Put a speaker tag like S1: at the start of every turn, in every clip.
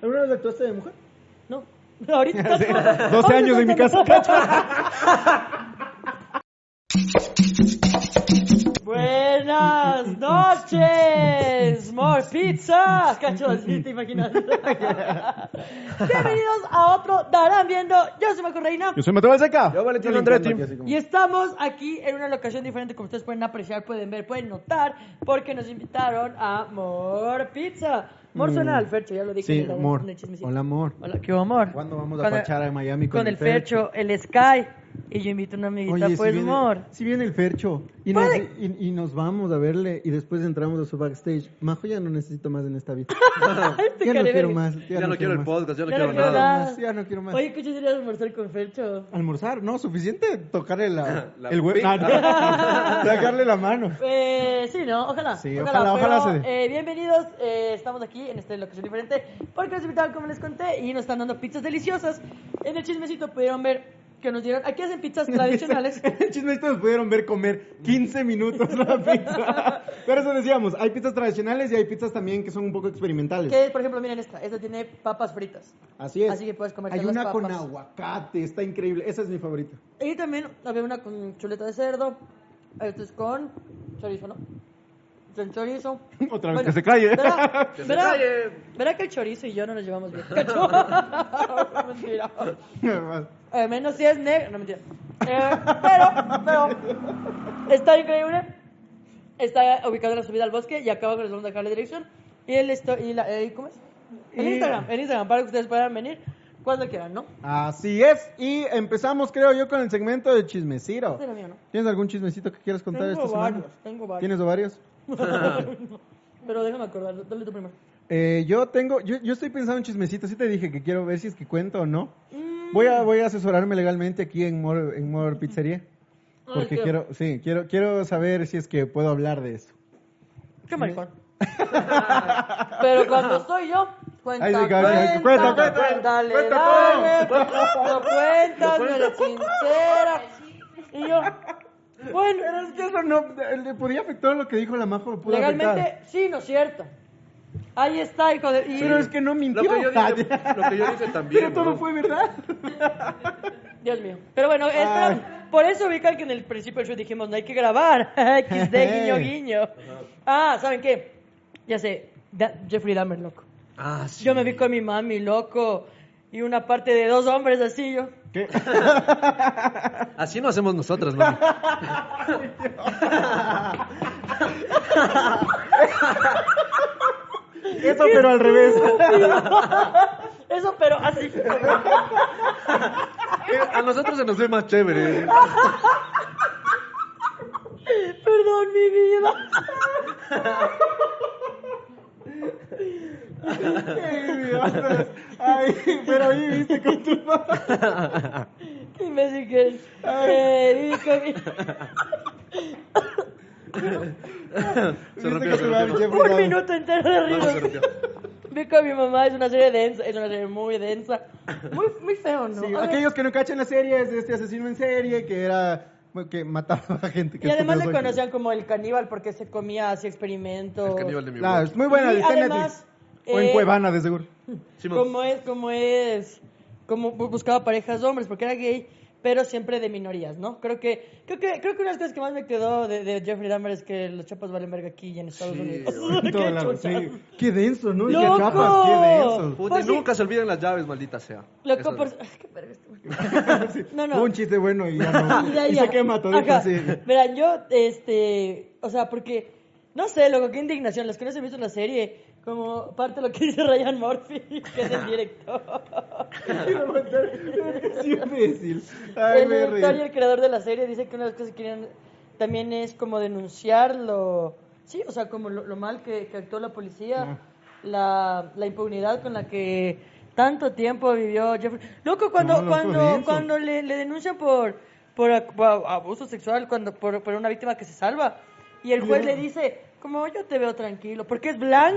S1: ¿Alguna vez actuaste de mujer?
S2: No. Ahorita.
S3: Hace
S2: no.
S3: 12 años en mi casa, cacho.
S2: Buenas noches, more pizza. Cacho, así te imaginas. Bienvenidos a otro Darán Viendo. Yo soy Marco Reina.
S3: Yo soy Mateo Seca.
S1: Yo, Valentín
S3: Yo,
S1: Andretti.
S3: Lincoln, Matias,
S2: Y estamos aquí en una locación diferente, como ustedes pueden apreciar, pueden ver, pueden notar, porque nos invitaron a More Pizza. More suena al Fercho, ya lo dije.
S3: Mm. Sí,
S2: en el-
S3: amor.
S2: en el chismecito.
S3: Hola, amor.
S2: Hola, ¿qué hubo, amor?
S3: ¿Cuándo vamos a
S2: Con el-
S3: pachar a Miami
S2: Con, el Fercho, el Sky. Y yo invito a una amiguita,
S3: Oye,
S2: pues,
S3: si viene,
S2: amor.
S3: si viene el Fercho y nos,
S2: Puede.
S3: y, y nos vamos a verle y después entramos a su backstage. Majo, ya no necesito más en esta vida.
S2: Este
S3: ya no
S2: caribe.
S3: quiero más. Ya,
S4: Ya, no quiero el
S3: más.
S4: podcast, ya no
S2: Ya
S4: quiero
S2: no quiero
S4: nada.
S2: nada.
S3: más, ya no quiero más.
S2: Oye, ¿qué sería almorzar con Fercho?
S3: Almorzar, no, suficiente tocarle la,
S4: La
S3: el hue-
S4: pica.
S3: Ah, no. sacarle la mano.
S2: Eh, sí, ¿no? Ojalá.
S3: Sí, ojalá, ojalá
S2: pero, eh, bienvenidos, eh, estamos aquí en esta locación diferente porque nos invitaron, como les conté, y nos están dando pizzas deliciosas. En el chismecito pudieron ver que nos dieron, aquí hacen pizzas tradicionales.
S3: El chisme esto nos pudieron ver comer 15 minutos la pizza. Pero eso decíamos, hay pizzas tradicionales y hay pizzas también que son un poco experimentales.
S2: que, por ejemplo, miren esta, esta tiene papas fritas.
S3: Así es.
S2: Así que puedes comerte
S3: Hay
S2: las
S3: una con
S2: papas.
S3: aguacate, está increíble. Esa es mi favorita.
S2: Y también había una con chuleta de cerdo, esto es con chorizo, ¿no? Con chorizo.
S3: Otra vez
S2: Bueno,
S3: que se calle.
S2: Verá,
S4: Que se
S2: verá-
S4: calle.
S2: verá que el chorizo y yo no nos llevamos bien. Cacho. Mentira. Eh, menos si es negro. No, mentira. Eh, pero, pero, está increíble. Está ubicado en la subida al bosque y acá abajo les vamos a dejar la dirección. Y el esto, y la, eh, ¿cómo es? El
S3: Y-
S2: Instagram, el Instagram, para que ustedes puedan venir cuando quieran, ¿no?
S3: Así es. Y empezamos, creo yo, con el segmento de chismeciro.
S2: Este era mío, ¿no?
S3: ¿Tienes algún chismecito que quieras contar
S2: Tengo
S3: esta
S2: varios,
S3: semana?
S2: tengo varios.
S3: ¿Tienes varios?
S2: Pero déjame acordar, dale tú primero.
S3: Eh, yo tengo, yo, yo estoy pensando en chismecito. Sí te dije que quiero ver si es que cuento o no. Voy a, voy a asesorarme legalmente aquí en More, en More Pizzería.
S2: Ay,
S3: Porque
S2: qué-
S3: quiero, sí, quiero, quiero saber si es que puedo hablar de eso.
S2: Qué maricón. Pero cuando soy yo, cuenta,
S3: Ahí se cae,
S2: cuenta,
S3: ahí se- cuenta, cuenta,
S2: cuéntale,
S4: cuenta,
S2: dale,
S4: pum.
S2: lo cuentas,
S4: Lo
S2: no
S4: cuentas.
S2: eres sincera. Y yo, bueno,
S3: Pero es que eso no, le podría afectar lo que dijo la Majo. lo pudo afectar.
S2: legalmente sí, no es cierto. Ahí está, hijo de... y-
S3: Pero es que no mintió.
S4: Lo que yo dije, lo que yo dije también.
S3: Pero todo
S4: ¿no?
S3: fue verdad.
S2: Dios mío. Pero bueno, esta-
S3: Ay.
S2: por eso ubican que en el principio del show dijimos, no hay que grabar. XD, guiño, guiño. Ah, ¿saben qué? Ya sé, Da- Jeffrey Dahmer, loco.
S4: Ah, sí.
S2: Yo me vi con mi mami, loco. Y una parte de dos hombres así, yo.
S4: Así no hacemos nosotras, mami.
S3: Eso, pero al revés.
S2: Eso, pero así.
S4: A nosotros se nos ve más chévere.
S2: Perdón, mi vida.
S3: Ay, pero ahí viste con tu mamá.
S2: Qué imbécil que eres. Eh, y con mi-
S4: Se
S3: Viste
S4: rompió,
S3: con
S4: se
S3: tu mami,
S4: rompió.
S3: Jeffrey
S2: Un
S3: Dahmer.
S2: minuto entero de
S4: No, se
S2: risa.
S4: rompió.
S2: Vi con mi mamá, es una serie densa, es una serie muy densa. Muy, muy feo, ¿no?
S3: Sí,
S2: A ver,
S3: aquellos que no cachan la serie es de este asesino en serie que era bueno, que mataba a gente. Que
S2: Y además le
S3: estúpidos son.
S2: conocían como el caníbal porque se comía así experimentos.
S4: El caníbal de mi
S3: Claro,
S4: blog.
S3: es muy buena,
S2: Y
S3: está en
S2: además,
S3: Netflix. O en
S2: eh,
S3: Cuevana, de seguro.
S4: Simón.
S2: Como es, como es, como bu- buscaba parejas de hombres, porque era gay, pero siempre de minorías, ¿no? Creo que, creo que, creo que una de las cosas que más me quedó de, de Jeffrey Dahmer es que los chapas valen verga aquí y en Estados
S4: Sí,
S2: Unidos.
S4: güey.
S2: ¡Qué
S3: Toda la-
S2: chuchas!
S3: sí. Qué denso, ¿no? Y
S2: ¡Loco!
S3: qué chapas, qué
S4: Puta,
S2: Pues
S4: y
S2: sí.
S4: nunca se olviden las llaves, maldita sea.
S2: Loco,
S4: Esas-
S2: por... Ay, qué verga este güey.
S3: denso. Sí,
S2: No, no.
S3: fue Un chiste bueno y ya no.
S2: Y de ahí
S3: y
S2: ya.
S3: se quema todito
S2: Ajá.
S3: así.
S2: Verán, yo, este, o sea, porque, no sé, loco, qué indignación, los que no se han visto la serie, como parte de lo que dice Ryan Murphy, que es el director.
S3: Es imbécil. Ay,
S2: el
S3: me
S2: director y
S3: reí.
S2: el creador de la serie dice que una de las cosas que quieren también es como denunciar lo, sí, o sea, como lo, lo mal que, que actuó la policía, la, la impunidad con la que tanto tiempo vivió Jeffrey. Loco, cuando,
S3: No, loco,
S2: cuando,
S3: denso.
S2: cuando le, le denuncian por, por, a- por abuso sexual, cuando por, por una víctima que se salva, y el juez le dice, como yo te veo tranquilo, porque es blanco.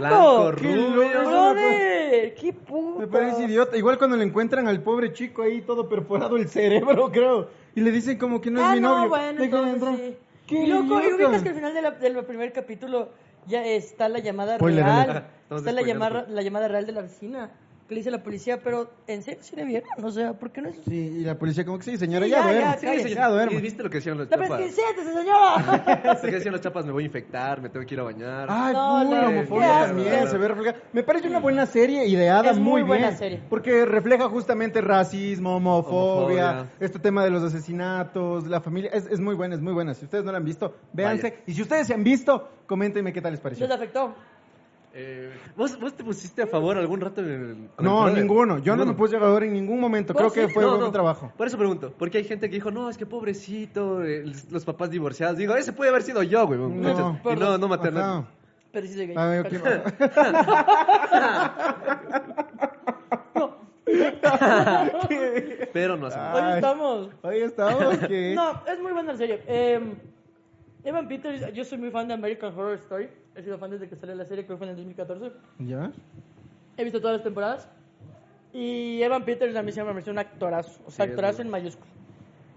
S4: Blanco,
S3: Qué
S4: rubio.
S3: loco.
S2: Brother, qué puto.
S3: Me parece idiota. Igual cuando le encuentran al pobre chico ahí todo perforado el cerebro, creo. Y le dicen como que no es
S2: ah,
S3: mi
S2: no,
S3: novio.
S2: bueno,
S3: Déjame
S2: entonces
S3: entrar.
S2: sí.
S3: Qué
S2: Y loco, y
S3: idiota.
S2: ubicas que al final de la- del primer capítulo ya está la llamada
S3: Spoiler
S2: real.
S3: alert.
S4: Estamos
S2: Está la
S4: spoileando.
S2: llamada, la llamada real de la vecina. que le dice la policía, pero ¿en serio sí le vieron? O sea, ¿por qué no es
S3: Sí, y la policía como que sí, señora,
S2: Sí,
S3: ya,
S2: ya,
S3: duerma.
S2: ya, cállese.
S3: ya duerma.
S4: ¿Y ¿Viste lo que decían los
S2: ¡La
S4: chapas?
S2: siéntese, señora!
S4: Lo que decían los chapas, me voy a infectar, me tengo que ir a bañar.
S3: Ay,
S2: No,
S3: no,
S2: no,
S3: la homofobia
S2: qué
S3: también
S4: asco.
S3: se ve reflejada. Me parece una buena serie ideada
S2: Es
S3: muy,
S2: muy buena
S3: bien,
S2: serie.
S3: Porque refleja justamente racismo, homofobia,
S4: Homofobia.
S3: este tema de los asesinatos, la familia. Es, es muy buena, es muy buena. Si ustedes no la han visto, véanse.
S4: Vaya.
S3: Y si ustedes se han visto, coméntenme qué tal les pareció.
S2: ¿Les afectó?
S4: Eh, ¿vos, ¿Vos te pusiste a favor algún rato en el... con
S3: No,
S4: el brother?
S3: ninguno. Yo no me
S4: Ninguno.
S3: puse a favor en ningún momento.
S2: ¿Vos
S3: Creo que
S2: Pues sí?
S3: fue
S4: No,
S3: buen
S4: no.
S3: trabajo.
S4: Por eso pregunto, porque hay gente que dijo, no, es que pobrecito, eh, los papás divorciados. Digo, ese puede haber sido yo, güey. No,
S2: por
S4: y no, no maté a nadie.
S3: Ajá.
S2: Pero sí se gay.
S3: A ver, ¿qué-
S4: Pero no hace nada.
S2: Hoy
S3: Ay.
S2: estamos.
S3: Ahí estamos. que-
S2: No, es muy buena la serie. Eh, Evan Peters, yo soy muy fan de American Horror Story. He sido fan desde que salió la serie, creo que fue en el 2014.
S3: ¿Ya?
S2: He visto todas las temporadas. Y Evan Peters a mí se me pareció un actorazo. O sea,
S4: Sí, es
S2: actorazo
S4: muy
S2: en mayúsculo.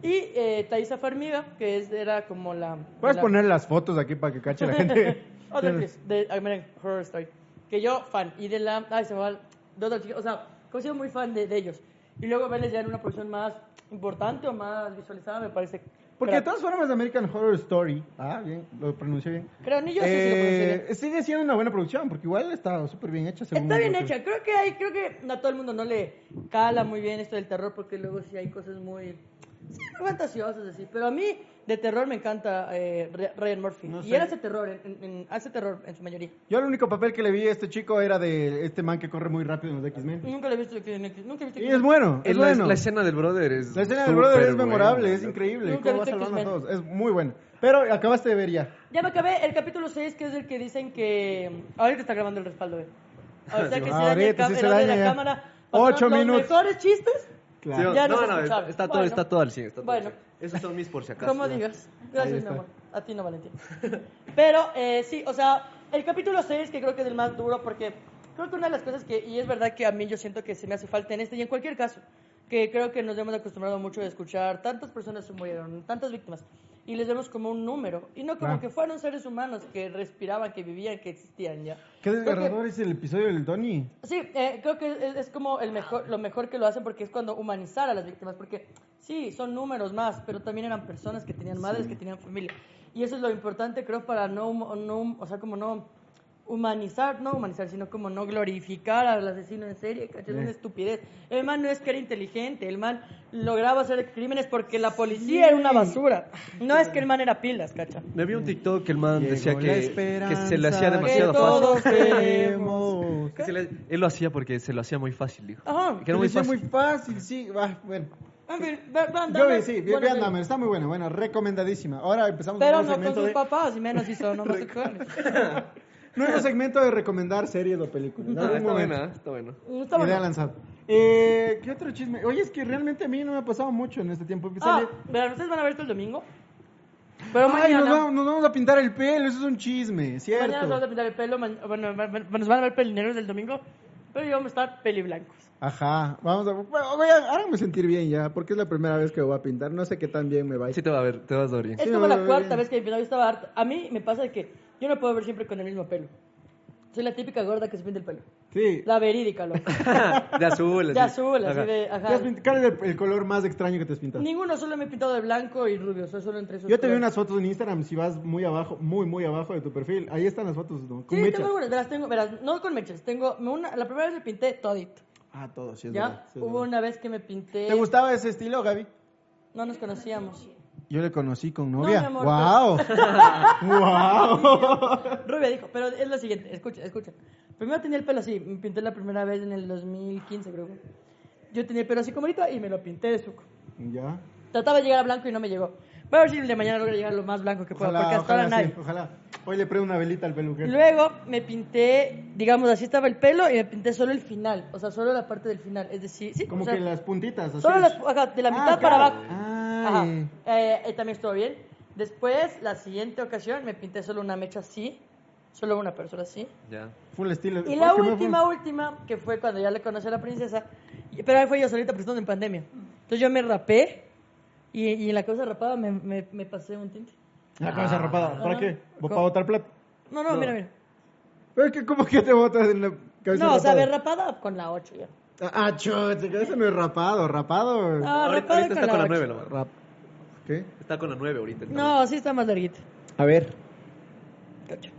S2: Y eh, Thaisa Farmiga, que es, era como la...
S3: Puedes
S2: la-
S3: poner las fotos aquí para que cache la gente.
S2: otra actriz de American Horror Story. Que yo, fan. Y de la. Ay, se me va el- De otra chica. O sea, que he sido muy fan de, de ellos. Y luego verles ya en una producción más importante o más visualizada, me parece.
S3: Porque de
S2: creo-
S3: todas formas American Horror Story, ah, bien, lo pronuncié bien.
S2: Creo, ni yo sí, sí lo
S3: Eh,
S2: pronuncié
S3: sigue siendo una buena producción, porque igual está súper bien hecha.
S2: bien.
S3: según
S2: Está bien
S3: lo que-
S2: hecha. Creo que hay. Creo que a todo el mundo no le cala muy bien esto del terror, porque luego sí hay cosas muy. Sí, muy fantasiosas así. Pero a mí, de terror me encanta eh, Re- Ryan Murphy.
S3: No
S2: y
S3: sé.
S2: él hace terror, en- en- en- hace terror en su mayoría.
S3: Yo el único papel que le vi a este chico era de este man que corre muy rápido en los X-Men.
S2: Nunca lo he visto. que- Nunca he visto.
S3: Y
S2: que-
S3: es bueno, Ah, es
S4: Es la,
S3: bueno.
S4: la escena del brother es.
S3: La escena del brother es
S4: súper
S3: memorable,
S4: buena.
S3: es increíble.
S2: Nunca
S3: cómo va
S2: he visto
S3: salvando a
S2: X-Men.
S3: todos. Es muy buena. Pero acabaste de ver ya.
S2: Ya me acabé el capítulo 6, que es el que dicen que. Ahorita está grabando el respaldo, eh. Ahorita que se daña el,
S3: Ahorita
S2: cam-
S3: sí
S2: el
S3: se
S2: audio de la
S3: daña ya.
S2: cámara. pasaron
S3: Ocho
S2: los
S3: minutos.
S2: mejores chistes.
S4: Sí,
S3: Claro.
S2: Ya
S4: no,
S2: los
S4: no, está,
S2: escuchaba.
S4: está todo,
S2: Bueno.
S4: está todo al 100. Está todo
S2: Bueno.
S4: al 100. Esos son mis por si acaso.
S2: Como digas. Gracias, mi
S3: está.
S2: amor. A ti no, Valentín. Pero, eh, sí, o sea, el capítulo 6, que creo que es el más duro, porque creo que una de las cosas que. Y es verdad que a mí yo siento que se me hace falta en este y en cualquier caso. Que creo que nos hemos acostumbrado mucho a escuchar tantas personas se murieron, tantas víctimas. Y les vemos como un número. Y no como
S3: Ah.
S2: que fueron seres humanos que respiraban, que vivían, que existían ya.
S3: Qué
S2: Creo que-
S3: desgarrador es el episodio del Tony.
S2: Sí, eh, creo que es, es como el mejor, lo mejor que lo hacen porque es cuando humanizar a las víctimas, porque sí, son números más, pero también eran personas que tenían madres, que tenían familia. Y eso es lo importante, creo, para no, hum- no hum- o sea, como no humanizar, no humanizar, sino como no glorificar al asesino en serie, ¿cachai? Es una estupidez. El man no es que era inteligente, el man lograba hacer crímenes porque la policía era una basura. No es que el man era pilas, ¿cachai?
S4: Me vi un TikTok que el man
S3: Llegó
S4: decía
S3: la
S4: que,
S3: esperanza
S4: que se le hacía demasiado
S2: que todo-
S4: fácil.
S2: todos
S3: todos
S2: queremos.
S3: queremos.
S4: Que se le- él lo hacía porque se lo hacía muy fácil, dijo.
S2: Ajá.
S4: Que era
S3: muy,
S4: muy fácil.
S3: muy fácil, sí. va, bueno.
S2: En fin, ve- vean
S3: Yo
S2: Dahmer,
S3: vi, sí, vi-
S2: buena
S3: vean
S2: serie.
S3: Dahmer, está muy buena, bueno, recomendadísima. Ahora empezamos
S2: Pero
S3: un nuevo
S2: no con
S3: segmento
S2: sus
S3: de-
S2: papás, y menos si son homosexuales.
S3: Nuevo segmento de recomendar series o películas.
S4: No,
S3: Algún
S4: está
S3: momento.
S4: buena, ¿eh? está buena.
S2: No está
S3: Idea
S2: bueno.
S3: lanzada. Eh, ¿Qué otro chisme? Oye, es que realmente a mí no me ha pasado mucho en este tiempo. que
S2: Ah,
S3: sale-
S2: verán, ustedes van a ver esto el domingo. Pero
S3: Ay,
S2: mañana.
S3: nos, vamos, nos vamos a pintar el pelo, eso es un chisme,
S2: Mañana nos vamos a
S3: ¿cierto?
S2: pintar el pelo. ma- Bueno, ma- ma- nos van a ver pelineros del domingo. Pero yo vamos a estar peliblancos.
S3: Ajá, vamos a... bueno, voy a- Ahora me sentir bien ya, porque es la primera vez que me voy a pintar. No sé qué tan bien me va. a ir.
S4: Sí te va a ver, te vas a ver bien.
S2: Es
S3: Sí,
S2: como la
S3: muy
S2: cuarta
S3: bien.
S2: vez que me pintaba, yo estaba harta. A mí me pasa de que yo no puedo ver siempre con el mismo pelo. Soy la típica gorda que se pinta el pelo.
S3: Sí.
S2: La verídica, loco.
S4: De azul. así.
S2: De azul, así
S4: Ajá.
S2: de.
S3: ¿Te
S2: Ajá.
S3: has pint- ¿Cuál es el, el color más extraño que te has pintado?
S2: Ninguno, solo me he pintado de blanco y rubio. Soy solo entre esos.
S3: Yo te vi
S2: colores.
S3: unas fotos en Instagram, si vas muy abajo, muy, muy abajo de tu perfil. Ahí están las fotos, ¿no? Con
S2: Sí,
S3: mechas.
S2: tengo algunas. Verás, tengo. Verás, no con mechas. Tengo. Una, la primera vez me pinté todito.
S3: Ah, todo, sí, es
S2: ¿Ya?
S3: verdad, sí, es
S2: Hubo
S3: verdad.
S2: una vez que me pinté.
S3: ¿Te gustaba ese estilo, Gaby?
S2: No nos conocíamos.
S3: Yo le conocí con
S2: No,
S3: novia.
S2: mi amor,
S3: ¡Wow! ¡Wow!
S2: Rubia dijo, pero es lo siguiente, escucha, escucha. Primero tenía el pelo así, me pinté la primera vez en el 2015, creo. Yo tenía el pelo así como ahorita y me lo pinté de suco.
S3: Ya.
S2: Trataba de llegar a blanco y no me llegó. Voy a ver si el de mañana logra llegar lo más blanco que pueda, porque
S3: Ojalá,
S2: hasta ahora
S3: ojalá,
S2: nadie.
S3: sí, ojalá. Hoy le prendo una velita al peluquero.
S2: Luego me pinté, digamos, así estaba el pelo y me pinté solo el final, o sea, solo la parte del final, es decir, sí,
S3: Como
S2: o sea,
S3: que las puntitas. Así.
S2: solo las, ajá, de la
S3: Ah,
S2: mitad para
S3: claro.
S2: abajo. Ajá.
S3: Ay.
S2: Eh, eh, también estuvo bien. Después, la siguiente ocasión, me pinté solo una mecha así, solo una persona así.
S4: Ya.
S2: Ah,
S3: Full estilo.
S2: Y la
S3: Porque me-
S2: última, última, que fue cuando ya le conocí a la princesa, y- pero ahí fue yo solita, porque estando en pandemia. Entonces yo me rapé y, y en la cosa rapada me, me, me pasé un tinte.
S3: La cabeza rapada. ¿Para qué? ¿Vos
S2: ¿Cómo?
S3: ¿Para botar plata?
S2: No, no, mira, mira.
S3: Pero es que como que te botas en la Cabeza
S2: No, o sea,
S3: rapada.
S2: de rapada con la 8 ya.
S3: Ah, chut, cabeza no es rapado, rapado.
S2: No,
S4: ahorita,
S2: Ah, rapada
S4: ahorita está con la
S2: ocho.
S4: 9, lo
S3: Rap- ¿Qué?
S4: Está con la 9 ahorita.
S2: No, sí está más larguita.
S3: A ver.
S2: Cacho.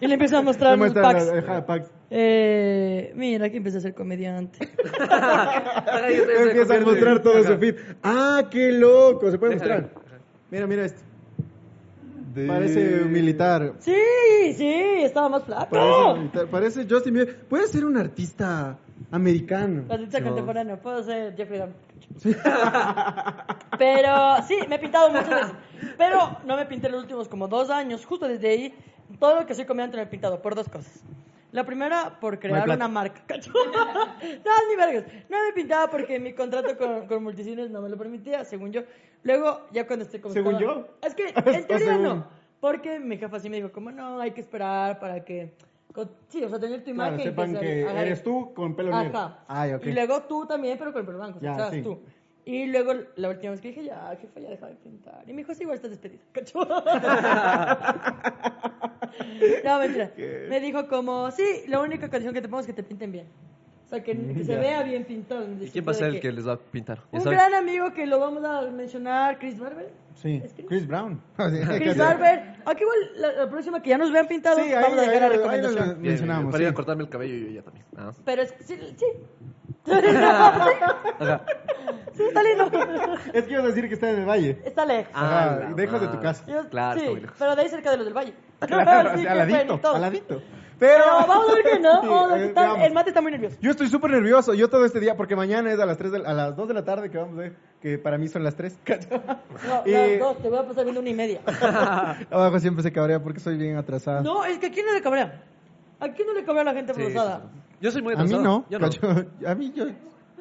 S2: Y le empiezo a mostrar
S3: ¿Cómo
S2: los
S3: está
S2: packs.
S3: la- ajá, packs?
S2: Eh, mira, que empecé a ser comediante.
S3: Empieza a mostrar todo su feed. ¡Ah, qué loco! ¿Se puede
S4: Déjale.
S3: mostrar? Mira, mira esto. Parece militar.
S2: Sí, sí, estaba más
S3: Parece,
S2: flaco.
S3: militar. Parece Justin Bieber. Puede ser un artista americano.
S2: La dicha contemporánea, puedo ser Jeffrey Dahmer. Pero sí, me he pintado muchas veces. Pero no me pinté los últimos como dos años, justo desde ahí. Todo lo que soy comediante me he pintado por dos cosas. La primera, por crear
S3: plata.
S2: una marca. ¿cacho? no, ni vergas. No me pintaba porque mi contrato con, con Multicines no me lo permitía, según yo. Luego, ya cuando esté como.
S3: ¿Según
S2: estaba-
S3: yo?
S2: Es que
S3: O
S2: en teoría
S3: según-
S2: no. Porque mi jefa sí me dijo, como no, hay que esperar para que. con- Sí, o sea, tener tu imagen.
S3: Claro,
S2: y
S3: sepan
S2: se-
S3: que
S2: ajá,
S3: eres tú con pelo negro.
S2: Ajá.
S3: Ay, Ah, ok.
S2: Y luego tú también, pero con el pelo blanco. o sea,
S3: Ya,
S2: seas
S3: sí.
S2: tú. Y luego la última vez que dije, ya, jefa, ya deja de pintar. Y me dijo, sí, igual estás despedida. ¿Cacho? no, mentira. Me dijo como, sí, la única condición que te pongo es que te pinten bien. O sea, que, que se
S3: Mm, Ya.
S2: vea bien pintado. en el
S4: ¿Y quién
S2: sentido
S4: va a
S2: de
S4: ser el
S2: que
S4: que les va a pintar? Ya
S2: Un
S4: saben.
S2: gran amigo que lo vamos a mencionar, Chris Barber.
S3: Sí,
S2: ¿Es Chris?
S3: Chris Brown.
S2: Chris Barber. Aquí igual la, la próxima que ya nos vean pintado,
S3: Sí, ahí-
S2: vamos a dejar la
S3: ahí- ahí
S2: recomendación.
S3: nos-
S4: Bien,
S3: mencionábamos,
S4: Para ir
S3: sí.
S4: a cortarme el cabello yo ya también. Ah.
S2: Pero es que sí, sí. sí,
S4: Ajá.
S2: está lindo.
S3: Es que ibas a decir que está en el valle.
S2: Está lejos.
S3: Ajá,
S4: Ah, la
S3: lejos de tu
S4: madre.
S3: casa.
S2: Yo- sí,
S4: Claro, está muy lejos.
S2: pero de ahí cerca de los del Valle.
S3: Claro,
S2: Sí,
S3: o sea, al
S2: qué pena y
S3: ladito,
S2: todo.
S3: al ladito.
S2: Pero vamos a ver qué no. Vamos a ver
S3: Sí, eh,
S2: qué tal.
S3: veamos.
S2: El mate está muy nervioso.
S3: Yo estoy súper nervioso, yo todo este día, porque mañana es a las, 3 de, a las 2 de la tarde que vamos a ver, que para mí son las 3.
S2: No,
S3: Eh,
S2: las dos, te voy a pasar viendo una y media.
S3: Abajo siempre se cabrea porque soy bien atrasada.
S2: No, es que ¿a quién no le cabrea? ¿A quién no le cabrea la gente
S4: Sí, sí,
S2: rosada?
S4: sí. Yo soy muy
S3: a mí
S4: atrasado.
S3: no,
S4: Yo no.
S3: cacho. A mí yo...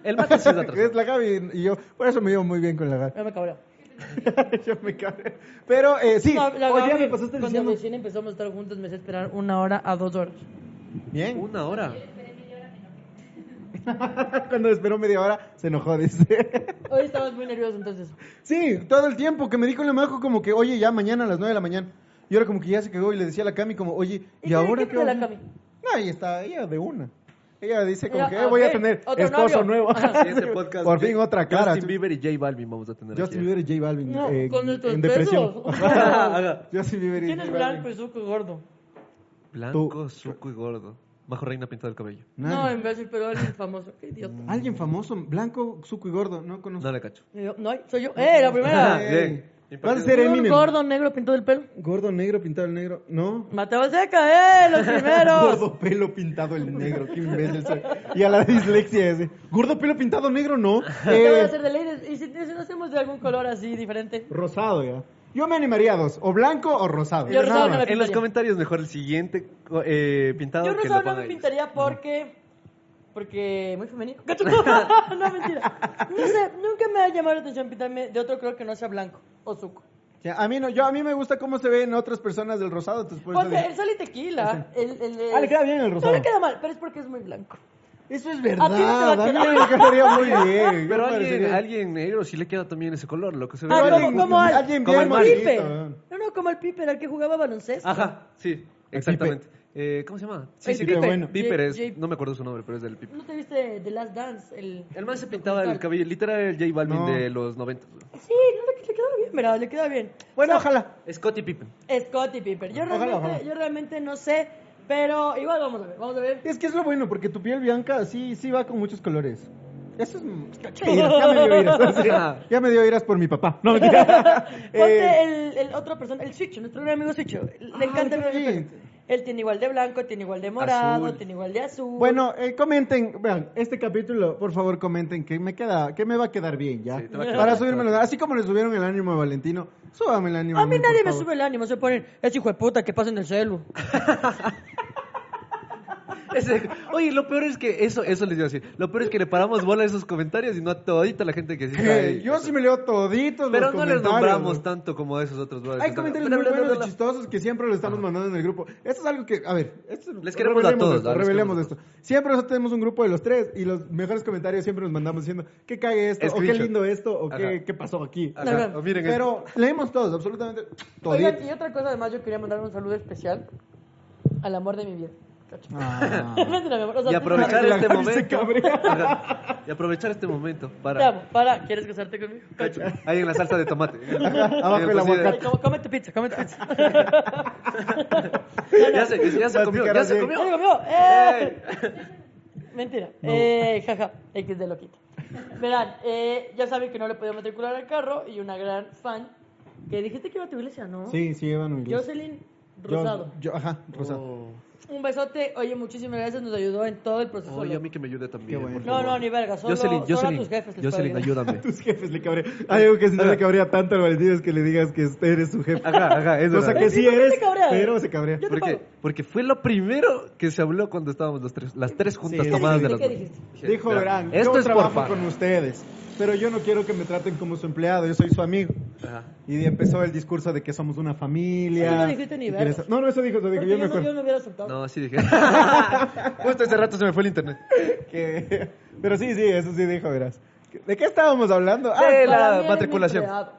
S4: El mate sí es atrasado.
S3: Es la Gaby y yo, por eso me llevo muy bien con la Gaby.
S2: No me cabrea.
S3: yo me cabreo. Pero eh, sí,
S2: No, la
S3: hoy día
S2: Gaby,
S3: me pasaste
S2: Cuando
S3: diciendo...
S2: recién empezamos a estar juntos, me hice esperar una hora a dos horas.
S3: Bien.
S4: Una hora.
S3: cuando esperó media hora, se enojó, dice.
S2: Hoy estabas muy nervioso, entonces.
S3: Sí, todo el tiempo que me dijo el majo como que, oye, ya mañana a las 9 de la mañana. Y ahora como que ya se quedó y le decía a la Cami como, oye,
S2: ¿Y
S3: ¿y,
S2: qué-
S3: ahora
S2: qué te da la
S3: onda?".
S2: Cami?
S3: No, ahí está, ella de una. Ella dice como
S2: Ella,
S3: que
S2: a
S3: "Eh, voy a
S2: ver,
S3: tener
S2: otro
S3: esposo
S2: novio".
S3: nuevo.
S2: Ajá.
S4: Sí, este podcast.
S3: Por fin otra cara.
S4: Justin Bieber y J Balvin vamos a tener
S3: Justin
S4: aquí.
S3: Bieber y J Balvin
S2: No,
S3: eh,
S2: con nuestros
S3: en depresión.
S2: besos.
S4: Ajá.
S3: Justin Bieber y
S2: ¿Quién
S3: J
S2: es
S3: Balvin.
S2: blanco y suco y gordo?
S4: Blanco, suco y gordo. Majo Reina pintado el cabello.
S3: Nadie. Mm.
S2: No, em- en vez de pero él es famoso. Qué idiota.
S3: Alguien famoso, blanco, suco y gordo, no conozco.
S4: No le cacho.
S2: Y yo, No, hay, soy yo. ¡Eh, la primera!
S4: Ajá.
S3: Ey,
S4: Bien.
S3: Vas a ser
S2: Un
S3: Eminem.
S2: gordo negro pintado el pelo.
S3: Gordo, negro, pintado el negro. No.
S2: Mateo Seca, eh, los primeros.
S3: Gordo pelo pintado el negro, qué imbécil soy. Y a la dislexia ese. Gordo pelo pintado negro, no.
S2: ¿Qué voy a
S3: Eh,
S2: hacer de ley? Y si, si no hacemos de algún color así diferente.
S3: Rosado, ya. Yo me animaría a dos, o blanco o rosado.
S2: Yo rosado
S3: Nada
S2: no
S3: más.
S2: me-
S4: En los comentarios mejor el siguiente eh, pintado
S2: Yo
S4: que
S2: rosado
S4: lo
S2: no
S4: pongan
S2: me
S4: ellos.
S2: pintaría porque. Porque muy femenino. Cacho. no, mentira. No sé, nunca me ha llamado la atención pintarme de otro color que no sea blanco o suco.
S3: Ya, a mí no, yo a mí me gusta cómo se ven otras personas del rosado, entonces por eso
S2: Porque
S3: dije-
S2: el sal y tequila. El, el,
S3: Ah, le queda bien el rosado.
S2: No le queda mal, pero es porque es muy blanco.
S3: Eso es
S2: A ti no te va a
S3: verdad, a mí
S2: quedar.
S3: me quedaría muy bien.
S4: Pero
S3: yo
S4: alguien,
S3: parecería-
S4: alguien negro sí le queda también ese color, lo que se ve.
S2: Ah,
S3: Pero
S2: como, como al,
S3: alguien
S2: como
S3: bien
S2: al Piper.
S3: malito.
S2: No, no, como al Piper, al que jugaba baloncesto.
S4: Ajá, sí, exactamente. Eh, ¿Cómo se llama? Sí,
S2: El
S4: sí,
S3: Pipe,
S4: Pipe.
S3: bueno.
S4: Piper es,
S2: J- J-
S4: no me acuerdo su nombre, pero es del Pipe.
S2: ¿No te viste The Last Dance? El...
S4: El man se pintaba el cabello, literal el J Balvin
S3: No.
S4: de los 90.
S2: Sí, no, le, le quedaba bien, mira, le quedaba bien.
S3: Bueno, ojalá.
S4: Scotty Pippen.
S2: Scotty Piper. Yo
S3: Ojalá,
S2: realmente,
S3: ojalá.
S2: yo realmente no sé, pero igual vamos a ver, vamos a ver.
S3: Es que es lo bueno, porque tu piel blanca sí, sí va con muchos colores. Eso es... Qué iras, ya me dio iras. O sea, ya me dio iras por mi papá. No, mentira.
S2: Ponte
S3: Eh,
S2: el, el otro persona, el Switch, nuestro gran amigo Switch. Le
S3: Ah,
S2: encanta
S3: qué
S2: ver el
S3: bien.
S2: pelo. Él tiene igual de blanco, tiene igual de morado,
S4: Azul.
S2: tiene igual de azul.
S3: Bueno, eh, comenten, vean, este capítulo, por favor, comenten que me queda, que me va a quedar bien ya.
S4: Sí, te va a quedar
S3: Para
S4: bien,
S3: subírmelo,
S4: te va a
S3: así como le subieron el ánimo a Valentino, súbame el ánimo.
S2: a mí
S3: mí,
S2: nadie
S3: por
S2: me
S3: favor.
S2: sube el ánimo, se ponen, es hijo de puta que pasa en el celu.
S4: Ese- oye, lo peor es que eso, eso les iba a decir. Lo peor es que le paramos bola a esos comentarios y no a todita la gente que sí está
S3: Que
S4: ahí.
S3: Yo sí me leo toditos
S4: Pero
S3: los
S4: no les
S3: comentarios.
S4: nombramos
S3: ¿no?
S4: tanto como a esos otros brothers.
S3: Hay comentarios muy buenos, chistosos, que siempre lo estamos mandando en el grupo. Esto es algo que, a ver, esto,
S4: Les queremos a
S3: revelemos
S4: todos,
S3: esto,
S4: ¿verdad? Les
S3: revelemos
S4: queremos a
S3: esto. Siempre nosotros tenemos un grupo de los tres y los mejores comentarios siempre nos mandamos diciendo qué cague esto, o qué
S4: Screenshot.
S3: lindo esto, o qué,
S4: Ajá.
S3: qué pasó aquí.
S4: Ajá,
S2: Ajá.
S4: miren
S3: Pero leemos todos, absolutamente toditos.
S2: Oigan, y otra cosa además, yo quería mandar un saludo especial al amor de mi vida. Cacho.
S3: Ah.
S2: Mentira, mi amor, o sea,
S4: y
S2: tú-
S4: aprovechar
S3: La
S4: este
S3: Gaby se
S4: momento.
S3: cabrea.
S4: Ajá, y aprovechar este momento
S2: Te
S4: para.
S2: amo. Para, ¿quieres casarte conmigo? Cacho.
S4: Ahí en la salsa de tomate. Pues
S3: Abajo
S4: En
S3: el
S4: cocina.
S3: aguacate.
S2: Come- Come tu pizza, come tu pizza.
S4: Ya se, ya se comió, ya
S3: así.
S4: se
S2: ¡Ya
S4: comió.
S2: se comió! ¡Eh! Mentira. Eh, jaja, X de loquito. Verán, eh, ya saben que no le podía matricular al carro y una gran fan que dijiste que iba a tu iglesia, ¿no?
S3: Sí, sí, Evan Miguel.
S2: Jocelyn Rosado.
S3: Yo, ajá, Rosado.
S4: Oh,
S2: Un besote. Oye, muchísimas gracias. Nos ayudó en todo el proceso.
S4: Oye, a mí que me ayude también.
S3: Qué bueno.
S4: por
S2: No,
S4: favor.
S2: no, ni verga. Solo,
S4: Jocelyn,
S2: solo
S4: Jocelyn,
S2: a tus jefes les
S4: Jocelyn,
S2: puedo ayudar.
S4: ayúdame.
S3: Tus jefes le cabrea. Hay algo que sí no le cabría tanto al Valentín es que le digas que eres su jefe.
S4: Ajá, ajá, es
S3: O sea
S4: verdad.
S3: que sí
S2: ¿Por qué te
S3: eres,
S2: cabrea? ¿eh?
S3: pero se cabrea.
S2: Yo te
S4: Porque,
S2: pago.
S4: porque fue lo primero que se habló cuando estábamos los tres, las tres juntas
S3: Sí,
S4: tomadas
S3: sí,
S4: de
S3: sí.
S4: las
S2: ¿Qué
S4: manos.
S2: dijiste?
S4: Dije,
S3: Dijo
S4: "Verán,
S3: Verán,
S4: esto
S3: yo
S4: es por
S3: trabajo
S4: pago".
S3: con ustedes, pero yo no quiero que me traten como su empleado, yo soy su amigo.
S4: Ajá.
S3: Y empezó el discurso de que somos una familia.
S2: Eso Ah, no dijiste ni
S3: y que les-
S2: vergas.
S3: No, no, eso dijo, eso dijo,
S2: Porque
S3: yo
S2: yo,
S3: me
S2: no, yo
S3: acuerdo.
S2: no hubiera aceptado.
S4: No, sí dije. Justo ese rato se me fue el internet.
S3: Que- Pero sí, sí, eso sí dijo, verás. ¿De qué estábamos hablando? Ah,
S4: Sí, la
S2: Para mí eres mi
S4: matriculación.
S2: empleado.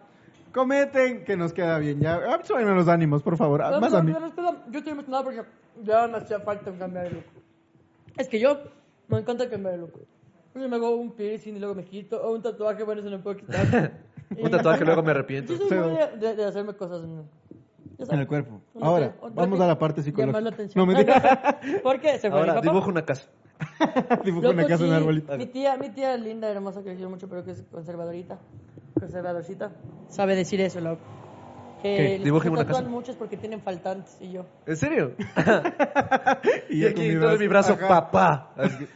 S3: cometen que nos queda bien ya. Ah, súbenme los ánimos, por favor. Ah,
S2: No,
S3: Más
S2: no,
S3: a mí.
S2: no, no, espera, Yo estoy emocionado porque ya me hacía falta un cambiar de look. Es que yo me encanta cambiar de look. Yo me hago un piercing y luego me quito. O un tatuaje, bueno, se me puede quitar.
S4: Un tatuaje, luego me
S2: Yo
S4: arrepiento.
S2: soy muy de, de- de hacerme cosas en, ya sabes,
S3: En el cuerpo.
S2: un
S3: Ahora,
S2: tatuaje, un
S3: vamos
S2: tatuaje,
S3: a la parte psicológica.
S2: Llamar la atención.
S3: No, mentira.
S2: Porque se fue mi
S4: Ahora
S2: papá.
S4: dibujo una casa.
S3: Dibujo una
S2: Loco,
S3: casa, un
S2: sí,
S3: arbolito.
S2: Mi tía, mi tía linda, hermosa, que quiero mucho, pero que es conservadorita, conservadorcita, sabe decir eso, loco.
S3: ¿Qué?
S2: Que los que
S4: Dibujen una
S2: tatúan
S4: casa.
S2: muchos porque tienen faltantes y yo.
S4: ¿En serio?
S3: Y
S4: Y
S3: yo
S4: aquí
S3: con mi
S4: todo
S3: brazo,
S4: mi brazo,
S3: ajá,
S4: papá. Así que-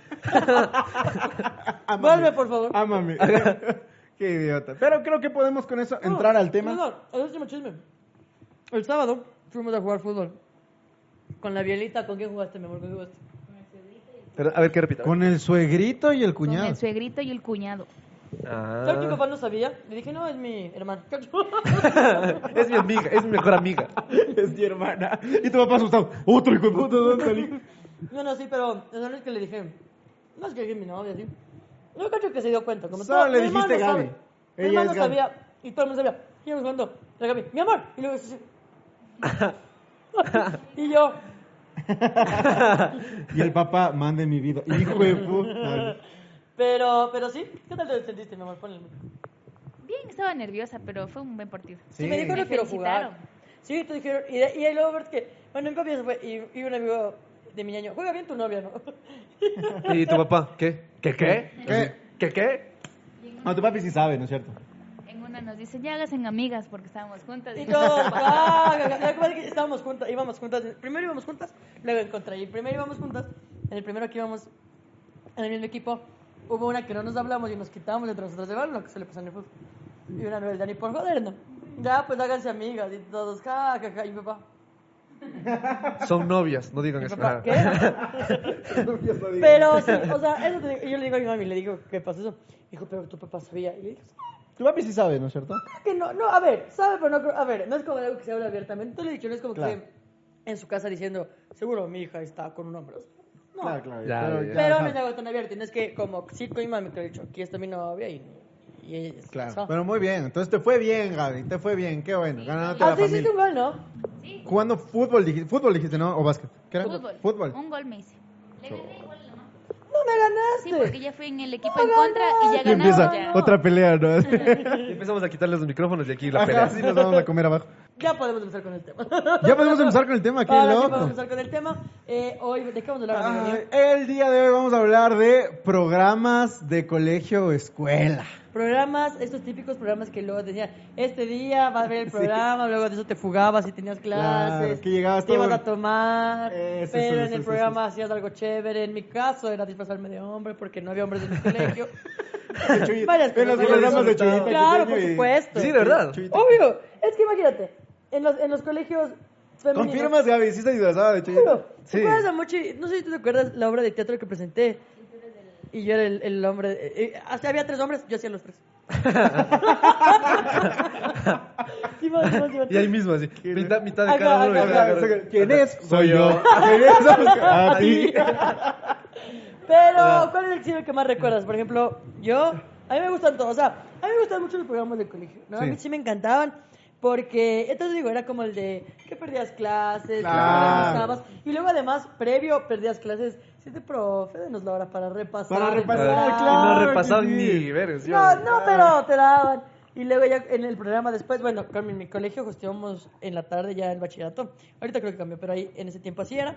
S3: ámame.
S2: Vuelve, por favor.
S3: Ámame. Qué idiota. Pero creo que podemos con eso
S2: No,
S3: entrar al tema.
S2: No, no, el último chisme. El sábado fuimos a jugar fútbol. Con la Bielita, ¿con quién jugaste, mi amor? ¿Con quién jugaste?
S4: Pero, a ver, que repita.
S3: Con el suegrito y el cuñado.
S1: Con el suegrito y el cuñado.
S4: Ah.
S2: ¿Sabes que mi papá no sabía? Le dije, no, es mi hermano.
S4: es mi amiga, es mi mejor amiga.
S3: Es mi hermana. Y tu papá asustado. Otro hijo de puta, ¿dónde salí?
S2: No, no, sí, pero no es que le dije, no es que dije mi novia, sí. No cacho que se dio cuenta. Como
S3: Solo
S2: todo-
S3: le
S2: mi hermano
S3: dijiste
S2: sabe.
S3: Gaby.
S2: Mi
S3: Ella
S2: hermano
S3: es Gaby.
S2: sabía, y todo el mundo sabía. Y yo me cuento, la Gaby, mi amor. Y luego, sí, sí. y yo,
S3: Y el papá, mande mi vida. Hijo de puta.
S2: pero, pero sí, ¿qué tal te sentiste, mi amor? Ponle el micro.
S1: Bien, estaba nerviosa, pero fue un buen partido.
S2: Sí, me dijo,
S1: Me
S2: no quiero jugar.
S1: felicitaron.
S2: Sí, te dijeron, y, de- y ahí luego, que, bueno, en cambio se fue, y, y un amigo de mi año, juega bien tu novia, ¿no?
S4: ¿Y tu papá? ¿Qué? ¿Qué qué?
S3: ¿Qué?
S4: ¿Qué qué?
S3: No, tu papi sí sabe, ¿no es cierto?
S1: En una nos dice, ya hagas en amigas porque estábamos juntas.
S2: Y todos, ah, gaga, gaga, gaga, que estábamos juntas, íbamos juntas, primero íbamos juntas, luego en contra, y primero íbamos juntas, en el primero que íbamos en el mismo equipo, hubo una que no nos hablamos y nos quitábamos entre nosotros de balón, lo que se le pasa en el fútbol, y una no el Dani, por joder, no, ya, pues háganse amigas, y todos, ja, ja, ja, y mi papá,
S4: Son novias, no digan
S2: mi
S4: eso.
S2: papá,
S4: Ah.
S2: ¿qué? Pero sí, o sea, eso te digo, y yo le digo a mi mami, le digo, ¿qué pasa eso? Dijo, pero tu papá sabía, y le dije, "Ah,
S3: Tu papi sí sabe, ¿no es cierto?
S2: que no, no, a ver, sabe, pero no creo, a ver, no es como algo que se habla abiertamente, Te lo he dicho, no es como
S3: Claro.
S2: que en su casa diciendo, seguro mi hija está con un hombre, o sea, no,
S3: Claro, claro.
S4: Ya,
S3: pero,
S4: ya,
S2: pero
S3: ajá.
S2: no es algo tan abierto, y no es que como, sí, con mi mami te lo he dicho, aquí está mi novia y, y ella es
S3: Claro.
S2: casada.
S3: Pero muy bien. Entonces te fue bien, Gaby. Te fue bien. Qué bueno. Ganándote
S2: Ah,
S3: la
S2: sí, hiciste un
S3: familia.
S2: gol, ¿no?
S1: Sí,
S3: ¿Cuándo fútbol dijiste? Fútbol dijiste, ¿no? ¿O básquet? ¿Qué era?
S1: fútbol.
S3: Fútbol.
S1: Un gol me hice. Le gané igual, ¿no?
S2: ¡No me
S1: Sí,
S2: ganaste!
S1: porque ya fui en el equipo en contra y ya
S3: Y
S1: ganamos.
S3: empieza
S2: Ah.
S1: ya.
S3: otra pelea, ¿no?
S4: Y empezamos a quitarles los micrófonos y aquí la pelea.
S3: Ajá, sí, nos vamos a comer abajo.
S2: ya podemos empezar con el tema.
S3: Ya podemos empezar con el tema, qué
S2: Ahora sí podemos
S3: loco.
S2: empezar con el tema. Eh, hoy, ¿de qué vamos a hablar? amigo
S3: Ay,
S2: mío?
S3: Ah, el día de hoy vamos a hablar de programas de colegio o escuela.
S2: Programas, estos típicos programas que luego decían, este día vas a ver el programa, luego de eso te fugabas y tenías clases,
S3: Claro, que llegabas
S2: te
S3: todo-
S2: ibas a tomar,
S3: Eso,
S2: pero
S3: eso,
S2: en
S3: eso,
S2: el
S3: eso,
S2: programa hacías algo chévere, en mi caso era disfrazarme de hombre porque no había hombres en mi colegio.
S3: Chuy-
S2: Varias
S3: en los
S2: cosas.
S3: programas de
S4: Claro,
S3: Chuyita.
S2: Claro,
S3: Chuyeño
S2: por
S3: y-
S2: supuesto.
S4: Sí, de verdad.
S3: Chuyita.
S2: Obvio, es que imagínate, en los, en los colegios femeninos...
S3: Confirmas, Gaby, sí se disfrazaba de Chuyita.
S2: Obvio.
S4: Sí.
S2: ¿Te acuerdas, Amochi? No sé si tú te acuerdas la obra de teatro que presenté. Y yo era el, el hombre. eh, eh, hasta había tres hombres, yo hacía los tres. Simón, Simón, Simón.
S4: Y ahí mismo, así. Mitad, mitad de
S2: Acá,
S4: cada uno.
S2: acá,
S4: mitad de
S2: acá.
S4: cada uno.
S3: ¿Quién es?
S4: Soy yo.
S3: ¿Quién es? A ti.
S2: Pero, ¿cuál es el cine que más recuerdas? Por ejemplo, yo. A mí me gustan todos. O sea, a mí me gustan mucho los programas del colegio. ¿no? A
S3: Sí.
S2: mí sí me encantaban. Porque, entonces digo, era como el de que perdías clases, que no
S3: Claro.
S2: repasabas. Y luego además, previo, perdías clases. Si te profe, denos la hora para repasar.
S3: Para repasar,
S2: entrar.
S3: claro.
S4: Ah, y no repasaba
S3: que sí.
S4: ni vergas. yo-
S2: No, no, pero te daban. Y luego ya en el programa después, bueno, con mi, mi colegio hosteamos en la tarde ya el bachillerato. Ahorita creo que cambió, pero ahí en ese tiempo así era.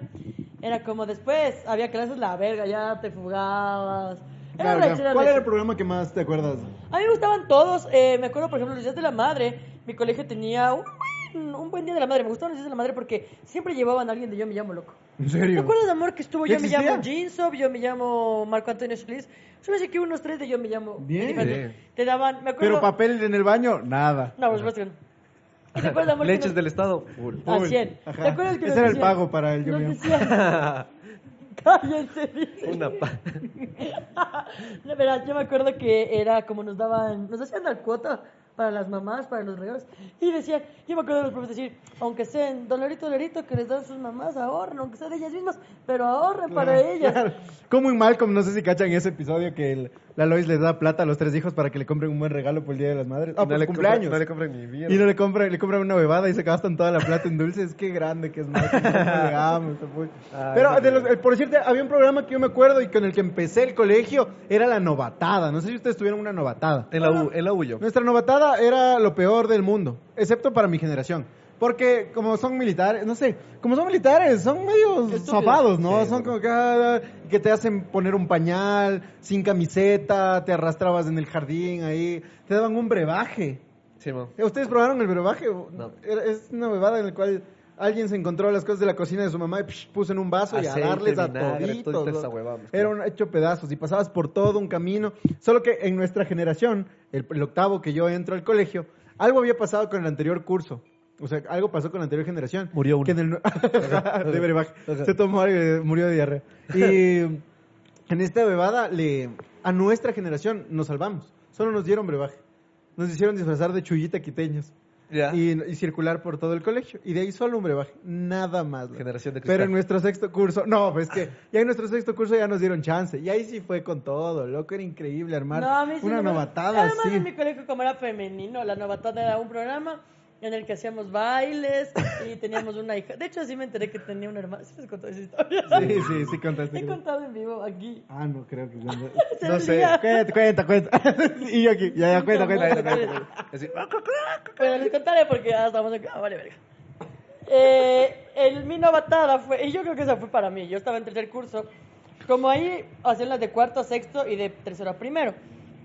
S2: Era como después, había clases la verga, ya te fugabas. Era
S3: Claro,
S2: una
S3: claro.
S2: chida
S3: ¿Cuál era
S2: leche.
S3: el programa que más te acuerdas?
S2: A mí me gustaban todos. eh, me acuerdo, por ejemplo, los días de la madre. Mi colegio tenía un buen, un buen día de la madre. Me gustaban los días de la madre porque siempre llevaban a alguien de Yo Me Llamo Loco.
S3: ¿En
S2: ¿Te
S3: serio?
S2: acuerdas, amor, que estuvo
S3: ¿Ya
S2: Yo Me
S3: existía?
S2: Llamo Jinsop, Yo Me Llamo Marco Antonio Solís? Yo me sé que unos tres de Yo Me Llamo.
S3: Bien.
S2: Infante. Te daban, me acuerdo.
S3: Pero papel en el baño, nada.
S2: No, por supuesto que no. ¿Y te acuerdas, amor? que
S4: Leches
S2: nos-
S4: del Estado. full.
S2: A
S3: Full.
S2: 100.
S3: Ajá.
S2: ¿Te acuerdas que
S3: Ese
S2: nos
S3: era el
S2: decían-
S3: pago para el Yo
S2: nos
S3: Me Llamo.
S2: decían- Cállense, dice.
S4: Una pa-
S2: La verdad, yo me acuerdo que era como nos daban, nos hacían dar cuota para las mamás, para los regalos. Y decían, yo me acuerdo de los profes decir, aunque sean dolarito, dolarito que les dan sus mamás, ahorren, aunque sean ellas mismas, pero ahorren para
S3: Claro,
S2: ellas.
S3: claro. Como en Malcolm, no sé si cachan ese episodio que el- la Lois les da plata a los tres hijos para que le compren un buen regalo por el Día de las Madres. Ah,
S4: Y
S3: por
S4: le
S3: su cumpleaños.
S4: compran- no le compran ni mierda.
S3: y no le compran, le compran una bebada y se gastan toda la plata en dulces. Qué grande que es Malcolm. cómo le amo, hijo de puta.
S4: Ay,
S3: Pero
S4: no,
S3: de
S4: no.
S3: los- eh, por decirte, había un programa que yo me acuerdo y con el que empecé el colegio era la novatada. No sé si ustedes tuvieron una novatada.
S4: En la U, en la U yo.
S3: Nuestra novatada era lo peor del mundo, excepto para mi generación. Porque como son militares, no sé, como son militares, son medio
S2: Estúpidos.
S3: sopados, ¿no?
S4: Sí,
S3: son como que, ah, que te hacen poner un pañal, sin camiseta, te arrastrabas en el jardín ahí, te daban un brebaje.
S4: Sí, mo.
S3: ¿Ustedes probaron el brebaje?
S4: No.
S3: Era- Es una bebada en la cual alguien se encontró las cosas de la cocina de su mamá y psh, puso en un vaso y
S4: Aceite,
S3: a darles a
S4: vinagre,
S3: toditos.
S4: todita
S3: ¿no?
S4: esa huevada, pues,
S3: Era
S4: claro.
S3: un hecho pedazos y pasabas por todo un camino. Solo que en nuestra generación, el, el octavo que yo entro al colegio, algo había pasado con el anterior curso. O sea, algo pasó con la anterior generación.
S4: Murió uno.
S3: Que en el, nue- de brebaje. Se tomó algo y murió de diarrea. Y en esta bebada le a nuestra generación nos salvamos. Solo nos dieron brebaje. Nos hicieron disfrazar de chullita quiteños
S4: Ya.
S3: y, y circular por todo el colegio. Y de ahí solo un brebaje, nada más. loco.
S4: Generación de cristal.
S3: Pero en nuestro sexto curso, no, pues que ya en nuestro sexto curso ya nos dieron chance. Y ahí sí fue con todo, loco, era increíble armar
S2: No, a mí sí
S3: una
S2: no me-
S3: novatada
S2: Además, en mi
S3: así.
S2: colegio, como era femenino, la novatada era un programa en el que hacíamos bailes y teníamos una hija. De hecho, así me enteré que tenía una hermana. ¿Sí les contó esa historia?
S3: Sí, sí, sí, contaste.
S2: He contado en vivo aquí.
S3: Ah, no creo que.
S2: Se
S3: no sé.
S2: olvida.
S3: Cuenta, cuenta, cuenta. y yo aquí, ya, ya, cuenta, cuenta. cuenta, cuenta.
S4: Así, ah,
S2: Pero les contaré porque ya estamos acá. Ah, vale, verga. Eh, el, mi novatada fue, y yo creo que esa fue para mí. Yo estaba en tercer curso. Como ahí hacían las de cuarto a sexto y de tercero a primero.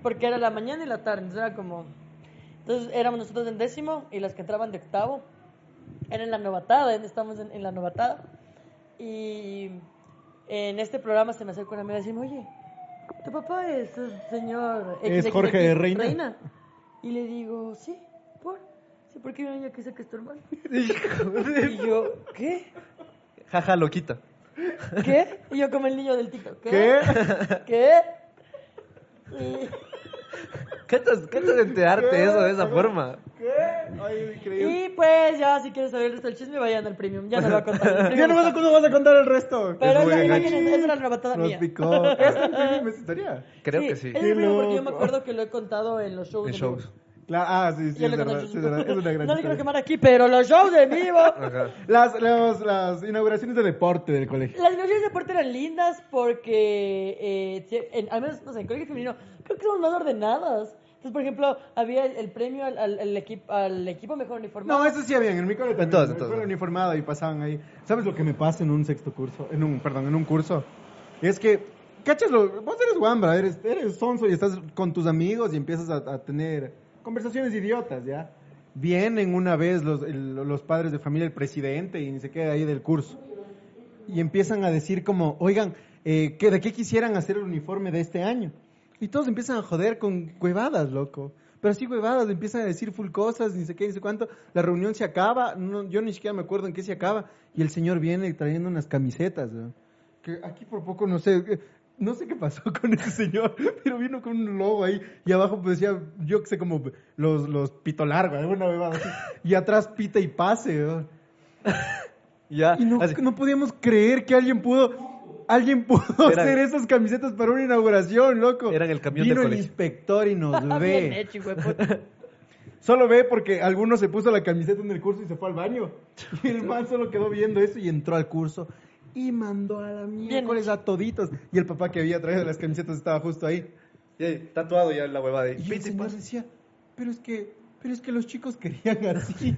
S2: Porque era la mañana y la tarde. Entonces era como. Entonces éramos nosotros en décimo y las que entraban de octavo eran la novatada. en- Estamos en, en la novatada. Y en este programa se me acerca una amiga y dice: Oye, tu papá es el señor.
S3: ¿Es
S2: XXX
S3: Jorge de Reina?
S2: Y le digo: Sí, por. Sí, porque hay una niña que dice que es tu hermano. y yo: ¿Qué?
S4: Jaja, loquita.
S2: ¿Qué? Y yo como el niño del TikTok.
S3: ¿Qué?
S2: ¿Qué? Y-
S4: ¿Qué te, qué te de enterarte
S3: ¿Qué?
S4: eso de esa forma?
S3: ¿Qué? Ay, increíble.
S2: Y pues ya, si quieres saber el resto del chisme, vayan al premium. Ya no voy a contar. el premium.
S3: Ya no vas a, no vas a contar el resto.
S2: Pero
S4: Es muy
S2: ya,
S4: gacho.
S2: imagínense, esa era la novatada
S3: Nos
S2: mía.
S3: picó. ¿Esta es mi historia?
S4: Creo que sí.
S2: Es
S3: Qué
S2: el premium porque yo me
S3: loco.
S2: acuerdo que lo he contado en los shows.
S4: En
S2: de vivo.
S4: shows.
S3: Claro, ah, sí, sí,
S2: Ya
S3: es
S2: lo he
S3: verdad,
S2: contado en
S3: sí, es verdad. Es
S2: shows.
S3: una gran
S2: No le quiero
S3: historia.
S2: quemar aquí, pero los shows de vivo.
S4: Ajá.
S3: Las, las, las inauguraciones de deporte del colegio.
S2: Las noches de deporte eran lindas porque, eh, sí, en- al menos, no sé, en colegio femenino, creo que somos más ordenadas. Entonces, por ejemplo, había el, el premio al, al, al equipo, al equipo mejor Ah, uniformado.
S3: No, eso sí habían, en mi colegio también. en
S4: Entonces,
S3: mi
S4: entonces.
S3: colegio uniformado y pasaban ahí. ¿Sabes lo que me pasa en un sexto curso? En un, perdón, en un curso. Es que, cachas, lo- vos eres guambra, eres, eres sonso y estás con tus amigos y empiezas a, a tener conversaciones idiotas, ¿ya? Vienen una vez los, el- los padres de familia, el presidente, y se queda ahí del curso. y empiezan a decir como, oigan, eh, ¿qué- ¿de qué quisieran hacer el uniforme de este año? Y todos empiezan a joder con huevadas, loco. Pero así huevadas, empiezan a decir full cosas, ni sé qué, ni sé cuánto. La reunión se acaba, no- yo ni siquiera me acuerdo en qué se acaba. Y el señor viene trayendo unas camisetas, ¿no? que aquí por poco no sé, eh, no sé qué pasó con ese señor, pero vino con un logo ahí y abajo pues decía, yo que sé, como los, los pito largo, alguna huevada así. Y atrás pita y pase, ¿no?
S4: Ya.
S3: Y no,
S4: así.
S3: no podíamos creer que alguien pudo, alguien pudo
S4: Eran-
S3: hacer esas camisetas para una inauguración, loco.
S4: Eran el camión
S3: Vino
S4: del
S3: el
S4: colegio.
S3: inspector y nos
S2: ah, Bien
S3: ve.
S2: hecho, hijo de puta.
S3: Solo ve porque alguno se puso la camiseta en el curso y se fue al baño. Y el man solo quedó viendo eso y entró al curso. Y mandó a la miércoles a toditos. Y el papá que había traído las camisetas estaba justo ahí.
S4: Y ahí, tatuado ya la huevada. ahí.
S3: Y el
S4: Pizza y
S3: señor
S4: pan.
S3: decía, pero es que, pero es que los chicos querían así.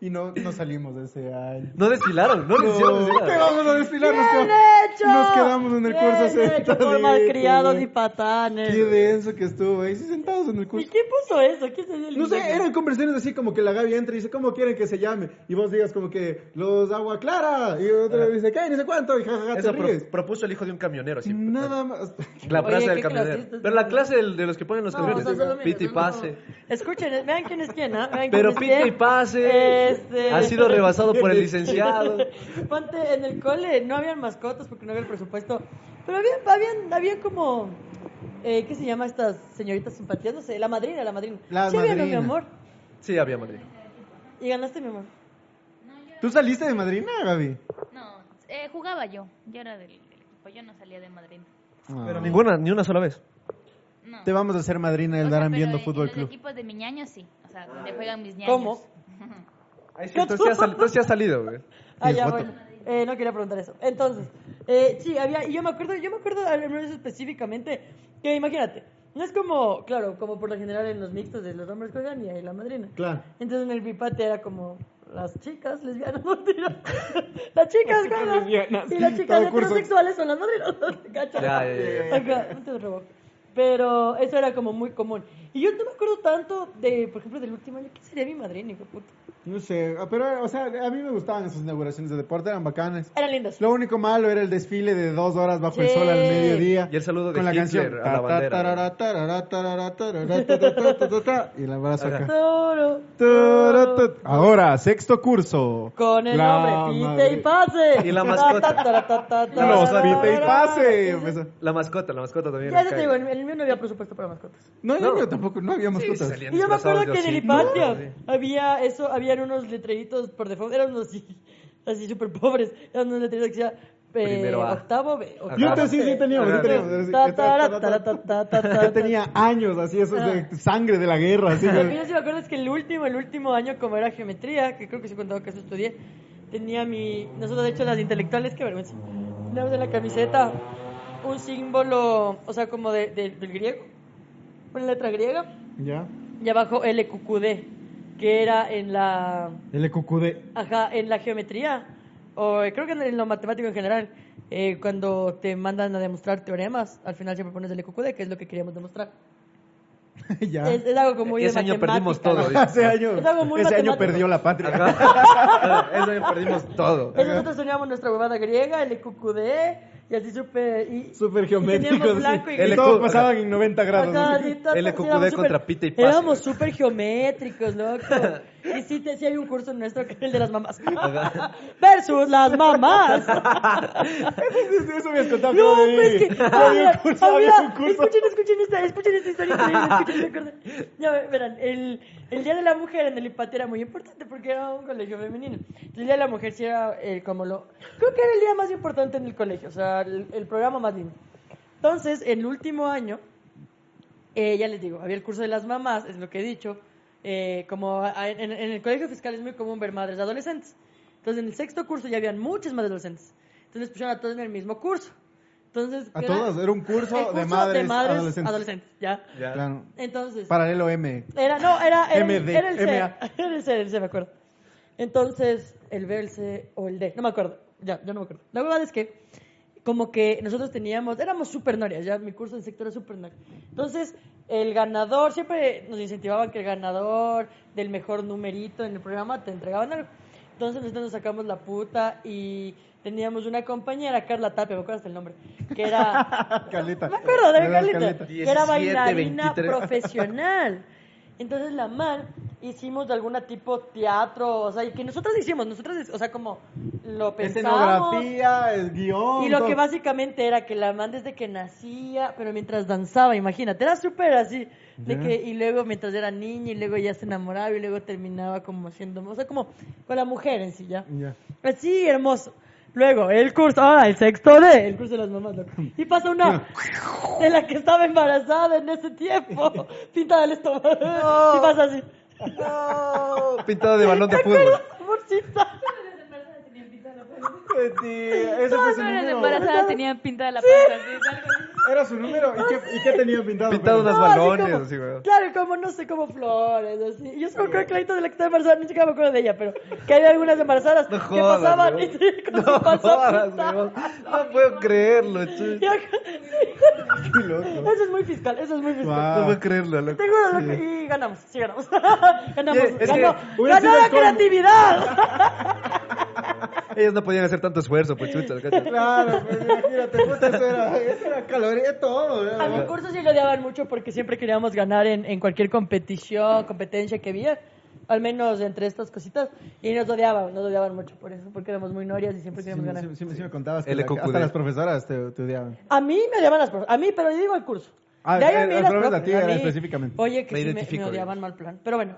S3: y no, no salimos de ese año.
S4: No desfilaron, no, les hicieron desfilar.
S3: ¿Qué vamos a desfilar? Nos
S2: ¡Bien
S3: quedamos-
S2: hecho!
S3: Nos quedamos en el
S2: Bien
S3: curso
S2: hecho, por
S3: sentaditos,
S2: malcriados
S3: güey.
S2: y patanes.
S3: Qué denso que estuvo ahí, sí, sentados en el
S2: ¿Y
S3: curso.
S2: quién puso eso? ¿Quién se dio el
S3: No sé,
S2: ingenio?
S3: eran conversaciones así como que la Gaby entra y dice, ¿cómo quieren que se llame? Y vos digas como que, los agua clara. Y otro dice, ¿qué? Ni sé cuánto. Y jajaja, te
S4: Eso pro-
S3: ríes.
S4: propuso el hijo de un camionero, así.
S3: Nada más.
S4: La
S2: Oye,
S4: plaza
S2: qué
S4: del camionero.
S2: clasistas,
S4: Pero la
S2: ¿no?
S4: clase del- de los que ponen los
S2: No, o sea,
S4: camioneros.
S2: solo mira,
S4: Piti
S2: no, no.
S4: pase.
S2: Escuchen, eh, vean quién es quién, ¿ah? Vean
S4: Pero
S2: quién es
S4: pita y
S2: quién.
S4: pase
S2: Este-
S4: ha sido rebasado por el licenciado.
S2: Ponte, en el cole no habían mascotas porque no había el presupuesto. Pero había, habían, había como. eh, ¿Qué se llama estas señoritas simpatías? No sé, la madrina, la madrina.
S3: La
S2: sí, había, ¿no, mi
S3: madrina.
S2: amor.
S4: Sí, había Madrid.
S2: Y ganaste, mi amor.
S3: ¿Tú saliste de Madrid, Gaby?
S1: No, eh, jugaba yo. Yo era del, del equipo. Yo no salía de Madrid.
S4: Pero ninguna, ni una sola vez.
S1: No.
S3: Te vamos a hacer madrina el
S1: O sea,
S3: Darán
S1: pero
S3: viendo
S1: en- en
S3: Fútbol Club.
S1: Los equipos de mi ñaño sí. O sea, donde juegan mis ñaños.
S2: ¿Cómo?
S4: Entonces sí ha sal- entonces sí ha salido, güey.
S2: Ah,
S3: Tienes
S2: ya,
S3: voto.
S2: bueno. Eh, no quería preguntar eso. Entonces, eh, sí, había, y yo me acuerdo, yo me acuerdo al menos específicamente, que imagínate, no es como, claro, como por lo general en los mixtos de los hombres juegan y ahí la madrina.
S3: Claro.
S2: Entonces en el bipate era como las chicas lesbianas, no tira. Las chicas juegan.
S3: lesbianas.
S2: Y las chicas
S3: Todo curso.
S2: heterosexuales son las madrinas. ¿Cachas?
S4: Ya, ya,
S2: Ajá, no te robo. Pero eso era como muy común. Y yo no me acuerdo tanto de, por ejemplo, del último año. ¿Qué sería mi madrina, hijo de puta?
S3: No sé, ah, pero, o sea, a mí me gustaban esas inauguraciones de deporte, eran bacanas.
S2: Eran lindas.
S3: Lo único malo era el desfile de dos horas bajo el
S2: Sí.
S3: sol al mediodía.
S4: Y el saludo de Hitler a la
S3: Ta, ta,
S4: bandera.
S3: tarara, tarara, tarara, tarara, ta, ta, ta, ta, ta, ta, Y el abrazo
S4: Ajá.
S3: acá.
S2: Toro,
S3: Tara,
S2: toro.
S3: ta- Ahora, sexto curso.
S2: Con el
S3: La
S2: nombre Pite
S3: madre-
S2: y Pase.
S4: Y la mascota.
S2: Ta, ta, ta, ta, ta,
S3: Los
S2: ta,
S3: pite y
S2: ta,
S3: pase. Pues,
S2: ta, ta, ta.
S3: Empezó.
S4: La mascota, la mascota también.
S2: Ya
S4: la
S2: te
S4: calle.
S2: digo, en el mío no había presupuesto para mascotas.
S3: No,
S4: No.
S3: no, yo tampoco, no había
S4: Sí,
S3: mascotas.
S4: salían
S2: Y yo me
S4: disfrazados
S2: acuerdo
S4: de
S2: que en el
S4: osito,
S2: Hipatia
S4: sí.
S2: había eso, habían unos letreritos por default, eran unos así, así súper pobres, eran unos letreritos que decía eh,
S4: Primero A.
S2: octavo B. octavo
S3: Yo te- sí,
S2: B.
S3: sí Este, teníamos, sí
S4: Ajá.
S3: teníamos. era así.
S2: Ta, ta, ta, ta, ta, ta, ta, Ah.
S3: Yo tenía años así, eso es de sangre de la guerra. Así,
S2: Lo que yo sí me acuerdo es que el último, el último año, como era geometría, que creo que se contaba que eso estudié, tenía mi. Nosotros, de hecho, las intelectuales, qué vergüenza. Teníamos en la camiseta un símbolo, o sea, como de, de- del griego, una letra griega,
S3: ya.
S2: y abajo LQQD, que era en la.
S3: El E EQQD.
S2: Ajá, en la geometría, o eh, creo que en, en lo matemático en general, eh, cuando te mandan a demostrar teoremas, al final siempre pones el EQQD, que es lo que queríamos demostrar.
S3: ya.
S2: Es, es algo como muy de
S4: E-, Ese año perdimos
S2: matemática,
S4: todo,
S2: ¿no?
S4: dice.
S3: Ese año,
S2: Es algo muy
S3: ese año
S2: matemático.
S3: perdió la patria.
S4: Ajá. Ese año Ah, perdimos todo.
S2: Entonces nosotros teníamos nuestra huevada griega, el EQQD, y así súper... Y,
S3: Súper
S2: y
S3: geométrico.
S2: teníamos blanco y
S4: El
S2: gris.
S4: ecu-
S3: todo pasaban en 90 grados.
S2: Ajá,
S3: así.
S2: así, todo,
S4: El
S2: todo,
S4: EQQD
S2: éramos
S4: contra
S2: súper-
S4: pita y pase.
S2: Éramos súper geométricos, loco. Y sí, te, sí hay un curso nuestro que es el de las mamás. Versus las mamás.
S3: Eso, eso me has contado.
S2: No,
S3: Javi.
S2: pues que.
S3: Había un
S2: había-
S3: curso,
S2: había-
S3: había un curso.
S2: Escuchen, escuchen esta, escuchen esta historia increíble, escuchen esta cosa. Ya ve- verán, el, el Día de la Mujer en el IPATE era muy importante porque era un colegio femenino. El Día de la Mujer sí era eh, como lo. Creo que era el día más importante en el colegio, o sea, el, el programa más lindo. Entonces, el último año, eh, ya les digo, había el curso de las mamás, es lo que he dicho. eh, como a- a- en, en el colegio fiscal es muy común ver madres adolescentes. Entonces, en el sexto curso ya habían muchas madres adolescentes. Entonces, les pusieron a todas en el mismo curso. Entonces,
S3: A
S2: era-
S3: todas, era un curso,
S2: el curso
S3: de madres, adolescentes.
S2: ya.
S4: Ya.
S3: Claro.
S2: Entonces,
S3: Paralelo M.
S2: era, no, era, era, el-
S3: MD,
S2: era el C.
S3: MA.
S2: Era el C, el C, me acuerdo. Entonces, el B, el C o el D, no me acuerdo. Ya, yo no me acuerdo. La verdad es que, como que nosotros teníamos, éramos súper norias, ya mi curso en sector era súper noria. Entonces, el ganador, siempre nos incentivaban que el ganador del mejor numerito en el programa te entregaban algo. Entonces, nosotros nos sacamos la puta y teníamos una compañera, Carla Tapia, me acuerdo hasta el nombre, que era.
S3: Caleta.
S2: Me acuerdo de
S3: Era
S2: Carlita,
S3: Caleta.
S2: que era
S4: 17,
S2: bailarina
S4: 23.
S2: profesional. Entonces la man hicimos de alguna tipo teatro, o sea, y que nosotras hicimos, nosotras, o sea, como lo pensamos.
S3: Escenografía, el guión.
S2: Y lo
S3: todo.
S2: que básicamente era que la man desde que nacía, pero mientras danzaba, imagínate, era súper así. De
S3: Ya.
S2: que, y luego mientras era niña, y luego ya se enamoraba, y luego terminaba como siendo, o sea, como con la mujer en Pues sí ya.
S3: Ya.
S2: Así, hermoso. Luego, el curso, ahora el sexto D, el curso de las mamás, loco. Y pasa una de la que estaba embarazada en ese tiempo, pintada del estómago. Y pasa así.
S4: Pintado de balón de fútbol.
S2: Amorcita.
S3: Este, Ese fue
S1: Todas
S3: su
S1: no eran
S3: número.
S1: embarazadas, tenían pintada la panza. así, es algo así.
S3: Era su número. ¿Y qué, y qué tenía pintado?
S4: Pintado
S3: Pero-
S4: unas
S2: así
S4: balones,
S2: como-
S4: así, güey.
S2: Claro, como no sé, como flores, así. Y Yo solo creo que clarito de la que estaba embarazada, ni siquiera me acuerdo de ella, pero que había algunas embarazadas
S4: No
S2: que
S4: jodas,
S2: pasaban
S4: güey.
S2: y sí, con
S4: No
S2: su panza
S4: jodas,
S2: pintada.
S4: güey. No puedo creerlo, chucha.
S2: Y acá-
S3: Qué loco.
S2: Eso es muy fiscal, eso es muy fiscal.
S4: No puedo creerlo, loco.
S2: Tengo una loca- y ganamos, sí ganamos. ganamos,
S4: Es que
S2: ganó,
S3: hubiera sido
S2: ganó la
S3: el combo.
S2: creatividad.
S4: Ellas no podían hacer tanto esfuerzo, pues chucha, ¿cachas?
S3: Claro, pues imagínate, pues eso era, eso era caloría todo. ¿verdad?
S2: A mi curso sí lo odiaban mucho porque siempre queríamos ganar en, en cualquier competición, competencia que había, al menos entre estas cositas, y nos odiaban, nos odiaban mucho por eso, porque éramos muy norias y siempre
S3: Sí,
S2: queríamos ganar.
S3: sí, sí, sí me contabas que
S4: El
S3: la-
S4: ECOQD.
S3: hasta las profesoras te, te odiaban.
S2: A mí me odiaban las profes, a mí, pero yo digo al curso.
S3: Ah,
S2: De ahí
S3: eh,
S2: mí
S3: al
S2: las
S3: profe, a
S2: profes,
S3: ti era
S2: mí-
S3: específicamente.
S2: Oye, que
S4: Me
S2: sí me,
S4: identifico,
S2: me odiaban mal plan. Pero bueno,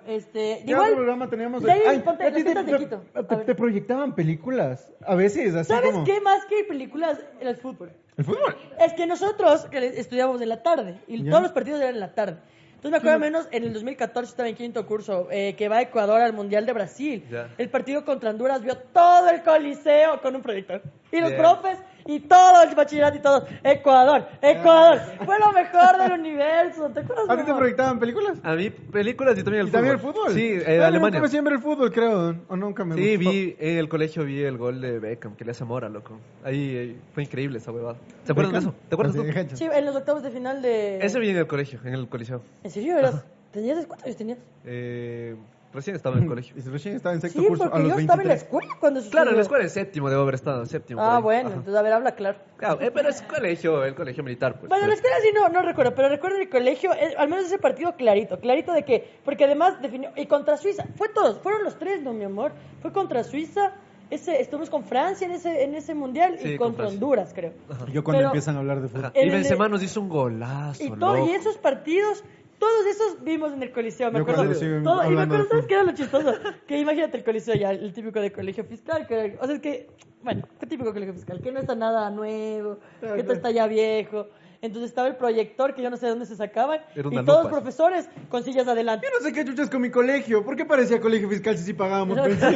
S3: ¿Qué
S2: este,
S3: otro
S2: igual,
S3: programa teníamos?
S2: de ahí,
S3: Ay,
S2: ponte,
S3: a ti
S2: recetas de
S3: te,
S2: Quito.
S3: te-
S2: A ver.
S3: te proyectaban películas, a veces, así
S2: ¿sabes
S3: como...
S2: qué más que películas? El fútbol.
S3: ¿El fútbol?
S2: Es que nosotros que le- estudiábamos en la tarde y
S3: Ya.
S2: todos los partidos eran en la tarde. Entonces me acuerdo menos en el 2014 estaba en quinto curso eh, que va a Ecuador al Mundial de Brasil.
S4: Ya.
S2: El partido contra Honduras vio todo el coliseo con un proyector. Y los
S4: Bien.
S2: profes y todo el bachillerato y todos. Ecuador, Ecuador. Fue lo mejor del universo. ¿Te acuerdas?
S3: ¿A ti te
S2: mamá?
S3: proyectaban películas?
S4: A mí, películas y también el
S3: ¿Y
S4: fútbol.
S3: también el fútbol?
S4: Sí, eh,
S3: Pero
S4: Alemania.
S3: Nunca siempre el fútbol, creo, o nunca me
S4: Sí,
S3: gustó.
S4: vi, eh, el colegio vi el gol de Beckham, que le hace a Mora, loco. Ahí eh, fue increíble esa huevada. ¿Se acuerdan de eso? ¿Te acuerdas
S3: Así,
S4: tú?
S3: gancho.
S2: Sí, en los octavos de final de.
S4: Ese vi en el colegio, en el coliseo.
S2: ¿En serio eras? ¿Tenías cuántos años tenías?
S4: Eh, recién estaba en el colegio.
S3: Y recién estaba en sexto
S2: Sí,
S3: curso, a
S2: porque
S3: los
S2: yo estaba en la
S3: 23.
S2: escuela cuando sucedió.
S4: Claro, en la escuela es séptimo de haber estado, séptimo. por
S2: Ah,
S4: ahí.
S2: bueno,
S4: Ajá.
S2: entonces a ver, habla claro.
S4: Claro, eh, pero es colegio, el colegio militar, pues.
S2: Bueno, la escuela sí no, no recuerdo, pero recuerdo el colegio, eh, al menos ese partido clarito, clarito de que, porque además definió, y contra Suiza, fue todos, fueron los tres, no mi amor, fue contra Suiza, ese, estuvimos con Francia en ese, en ese mundial y
S4: Sí, con
S2: contra
S4: Francia.
S2: Honduras, creo.
S3: Y Yo cuando
S2: Pero-
S3: empiezan a hablar de fútbol.
S4: Ajá.
S2: en
S4: Y
S2: el de-
S4: Benzema nos hizo un golazo,
S2: Y, todo, y
S4: loco.
S2: esos partidos, todos esos vimos en el coliseo, me
S3: Yo
S2: acuerdo.
S3: cuando siguen
S2: todo- y me
S3: hablando
S2: acuerdo,
S3: de
S2: ¿sabes qué era lo chistoso? Que imagínate el coliseo ya, el típico de colegio fiscal, que, o sea, es que, bueno, qué típico colegio fiscal, que no está nada nuevo, que todo está ya viejo. Entonces estaba el proyector que yo no sé de dónde se sacaban
S4: Era
S2: y
S4: una
S2: todos
S4: lupa.
S2: profesores con sillas adelante.
S3: Yo no sé qué chuchas con mi colegio. ¿Por qué parecía colegio fiscal si sí pagábamos pensión?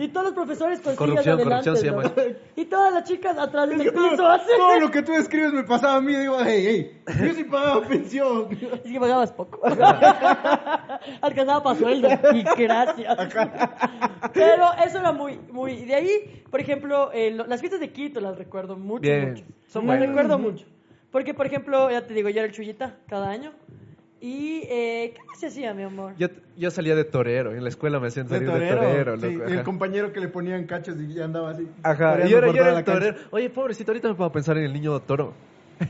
S2: y todos los profesores con
S4: Corrupción,
S2: sillas adelante.
S4: corrupción se
S2: ¿no? Y todas las chicas atrás del piso así.
S3: Todo lo que tú describes me pasaba a mí. Digo, hey, hey, yo sí pagaba pensión.
S2: Así que pagabas poco. Alcanzaba para sueldo. Y gracias. Pero eso era muy, muy. Y de ahí, por ejemplo, eh, lo- las fiestas de Quito las recuerdo mucho.
S4: Bien.
S2: mucho.
S4: Son
S2: las
S4: buenas.
S2: recuerdo mucho. Porque, por ejemplo, ya te digo, yo era el chullita cada año. Y, eh, ¿qué más se hacía, mi amor?
S4: Yo, yo salía de torero, en la escuela me hacían
S3: De
S4: salir de
S3: torero.
S4: torero,
S3: sí,
S4: loco.
S3: el
S4: ajá.
S3: compañero que le ponían cachos y ya andaba así.
S4: Ajá,
S3: toreando
S4: y yo era,
S3: por
S4: yo
S3: toda
S4: era el
S3: la cancha.
S4: torero. Oye, pobrecito, ahorita me puedo pensar en el niño toro.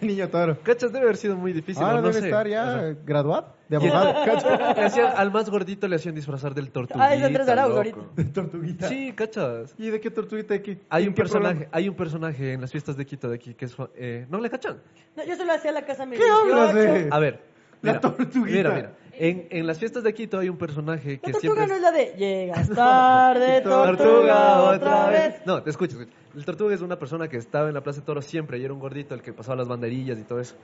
S3: Niño toro.
S4: Cachas, debe haber sido muy difícil.
S3: Ahora
S4: o no
S3: Ah, debe
S4: sé.
S3: estar ya
S4: Ajá.
S3: graduado de
S4: Y el-
S3: abogado.
S4: le hacían- al más gordito le hacían disfrazar del tortuguita.
S2: Ah, es Andrés Arauz
S4: loco.
S2: ahorita.
S3: De tortuguita.
S4: Sí, cachas.
S3: ¿Y de qué tortuguita de qué?
S4: Hay
S3: ¿En
S4: un
S3: qué
S4: personaje,
S3: programa?
S4: hay un personaje en las fiestas de Quito de aquí que es fa- eh, no le cachan.
S2: No, yo solo hacía la casa a mi
S3: ¿Qué hablas,
S2: 18.
S3: eh?
S4: A ver.
S3: La
S4: mira,
S3: tortuguita.
S4: Mira, mira. En, en las fiestas de Quito hay un personaje
S2: La
S4: que siempre
S2: tortuga
S4: es-
S2: no es la de llegas tarde,
S3: Tortuga,
S2: tortuga, otra vez.
S4: No, te escucho. escucha. El tortuga es una persona que estaba en la Plaza de Toro siempre y era un gordito el que pasaba las banderillas y todo eso.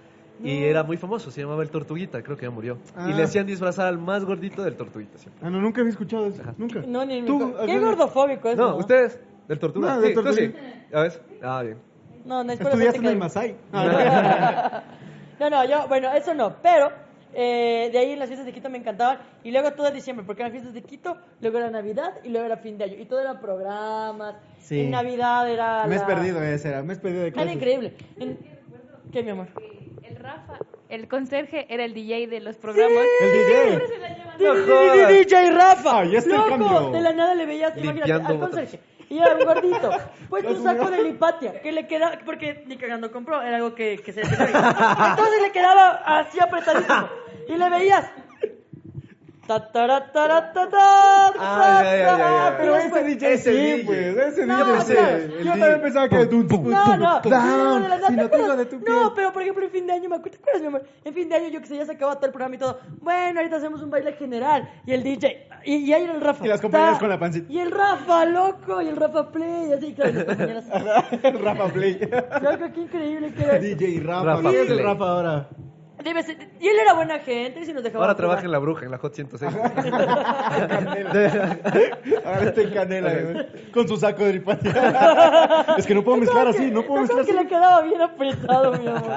S4: Y era muy famoso, se llamaba el tortuguita, creo que ya murió. Y
S3: Ah.
S4: le hacían disfrazar al más gordito del tortuguita siempre.
S3: Ah, no, nunca había escuchado eso. Nunca.
S2: No, ni
S3: Tú,
S2: mi... Qué
S3: ajá.
S2: gordofóbico es.
S4: No, ustedes, del tortuga.
S3: No, del
S4: Sí, tú sí.
S3: tortuguita.
S4: ¿Ya ves? Ah, bien.
S2: No, no es por eso
S3: Estudiaste
S2: te
S3: en el
S2: caigo.
S3: Masai.
S2: No, no, yo, bueno, eso no, pero eh, de ahí en las fiestas de Quito me encantaban y luego todo diciembre, porque eran fiestas de Quito, luego era Navidad y luego era fin de año y todo eran programas.
S3: Sí.
S2: En Navidad era.
S3: Me has
S2: la-
S3: perdido ese, era. Me has perdido de
S2: Era
S3: clases.
S2: increíble. En- ¿Qué, mi amor?
S1: El Rafa, el conserje, era el DJ de los programas.
S3: El DJ.
S4: jodas.
S2: DJ Rafa.
S3: Ah, ya está el
S2: Loco,
S3: cambio.
S2: de la nada le veías, imagínate,
S4: Limpiando
S2: al
S4: botas.
S2: conserje. Y era un gordito. Pues un saco de lipatia que le quedaba, porque ni cagando compró, era algo que, que se Entonces le quedaba así apretadísimo. Y le veías.
S4: Ah, ya, ya, ya, ya.
S3: Pero ese DJ
S4: Ese
S3: sí,
S4: DJ.
S3: pues. Ese
S2: No,
S3: DJ
S2: no,
S3: sí.
S2: no,
S4: el
S3: Yo
S4: DJ.
S3: también pensaba que era
S4: Pum,
S3: dun,
S4: pum,
S3: dun,
S2: No,
S3: dun, dun,
S2: no, no, no, no,
S3: Si
S2: ¿te
S3: no tengo
S2: acuerdas?
S3: de tu piel.
S2: No, pero por ejemplo en fin de año, me acuerdo, ¿te acuerdas, mi amor? En fin de año yo que sé, ya se acaba todo el programa y todo. Bueno, ahorita hacemos un baile general. Y el DJ, y, y ahí era el Rafa.
S3: Y las compañeras
S2: Ta-
S3: con la pancita.
S2: Y el Rafa, loco, y el Rafa Play, y así, claro, y las compañeras.
S3: Rafa Play.
S2: Loco, qué increíble que era eso.
S3: DJ Rafa.
S4: Rafa
S3: ¿Quién es el
S4: Play.
S3: Rafa ahora?
S2: Debe ser- y él era buena gente, y si nos dejaba.
S4: Ahora trabaja en la bruja, en la Hot 106.
S3: Ahora está en canela, güey. Con su saco de ripatía. Es que no puedo mezclar así, no puedo mezclar
S2: creo que
S3: así.
S2: le quedaba bien apretado, mi amor.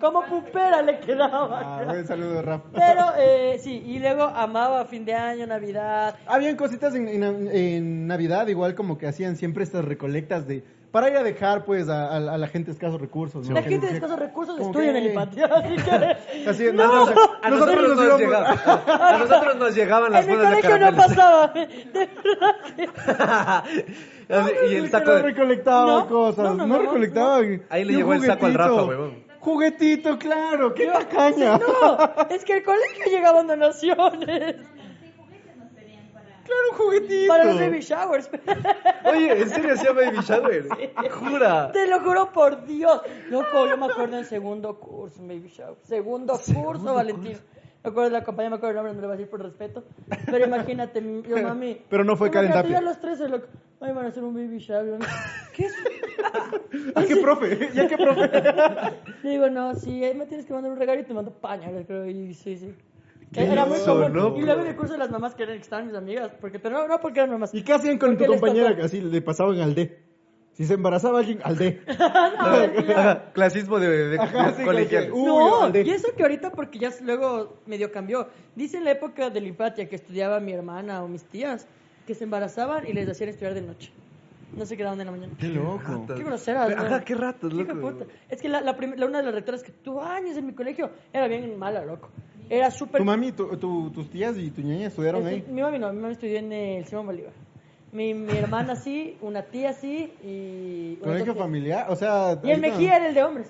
S2: Como pupera le quedaba.
S3: Ah, buen saludo, Rafa.
S2: Pero eh, sí, y luego amaba fin de año, Navidad.
S3: Habían cositas en, en- en Navidad, igual como que hacían siempre estas recolectas de para ir a dejar pues a, a- a la gente de escasos recursos. ¿no?
S2: La
S3: Que
S2: gente de
S3: decía-
S2: escasos recursos
S3: como
S2: estudia en
S3: que-
S2: el IPATIA, así que.
S3: Así, no, no, o sea,
S4: A nosotros nos
S3: íbamos-
S4: llegaban, a nosotros nos llegaban las
S2: En mi
S4: bolas de
S2: colegio no
S4: caramelos.
S2: pasaba. De verdad que-
S4: Así, y el saco
S3: no
S4: de...
S3: recolectaba
S2: No,
S3: cosas,
S2: no,
S3: no,
S2: no, no,
S3: recolectaba.
S4: Ahí le
S3: Y un
S4: llegó el saco al Rafa,
S3: juguetito.
S4: huevón.
S3: Juguetito, claro, qué
S2: Sí,
S3: tacaña.
S2: no, es que el colegio llegaban donaciones
S3: Claro, un juguetito.
S2: para los baby showers.
S4: Oye, ¿en serio hacía baby shower? Jura.
S2: Te lo juro por Dios. Loco, yo me acuerdo en segundo curso, baby shower. Segundo curso, Valentín. Me acuerdo de la compañía, me acuerdo del nombre, no le voy a decir por respeto. Pero imagínate, mi- yo, mami.
S3: Pero no fue
S2: imagínate,
S3: Karen Tapia.
S2: yo a los 13, loco. Ay, van a hacer un baby shower. ¿Qué es
S3: ¿A Ah, qué profe? ¿Y a qué profe?
S2: Le digo, no, sí, ahí me tienes que mandar un regalo y te mando pañales, creo. Y sí, sí.
S3: Qué
S2: Era muy
S3: oso,
S2: común.
S4: ¿no?
S2: y luego en el curso de las mamás que eran que estaban mis amigas, porque pero no, no porque eran mamás.
S3: ¿Y qué hacían con
S2: Porque
S3: tu
S2: les
S3: compañera?
S2: tocó.
S3: Que así le pasaban al D. Si se embarazaba alguien, al D.
S4: Ajá, Clasismo de, de- de
S3: Ajá, sí,
S4: colegial.
S3: colegial. Uy,
S2: no,
S3: ojalá.
S2: y eso que ahorita porque ya luego medio cambió. Dice en la época de la infancia que estudiaba mi hermana o mis tías que se embarazaban y les hacían estudiar de noche. No se quedaban de la mañana.
S3: Qué loco.
S2: Qué groseras,
S4: Pero,
S2: ¿no?
S4: Ajá, qué ratos,
S2: Hijo de
S4: loco.
S2: puta. Es que la, la prim- la- una de las rectoras que tuvo años en mi colegio era bien mala, loco. Era súper
S3: Tu mami, tu, tu- tus tías y tu ñaña estudiaron
S2: Estu-
S3: ahí.
S2: Este, Mi mami no, mi mami estudió en el Simón Bolívar. Mi, mi hermana sí, una tía sí y... una
S3: Colegio
S2: otra tía.
S3: familiar, o sea.
S2: Y el
S3: ahorita-
S2: Mejía era el de hombres.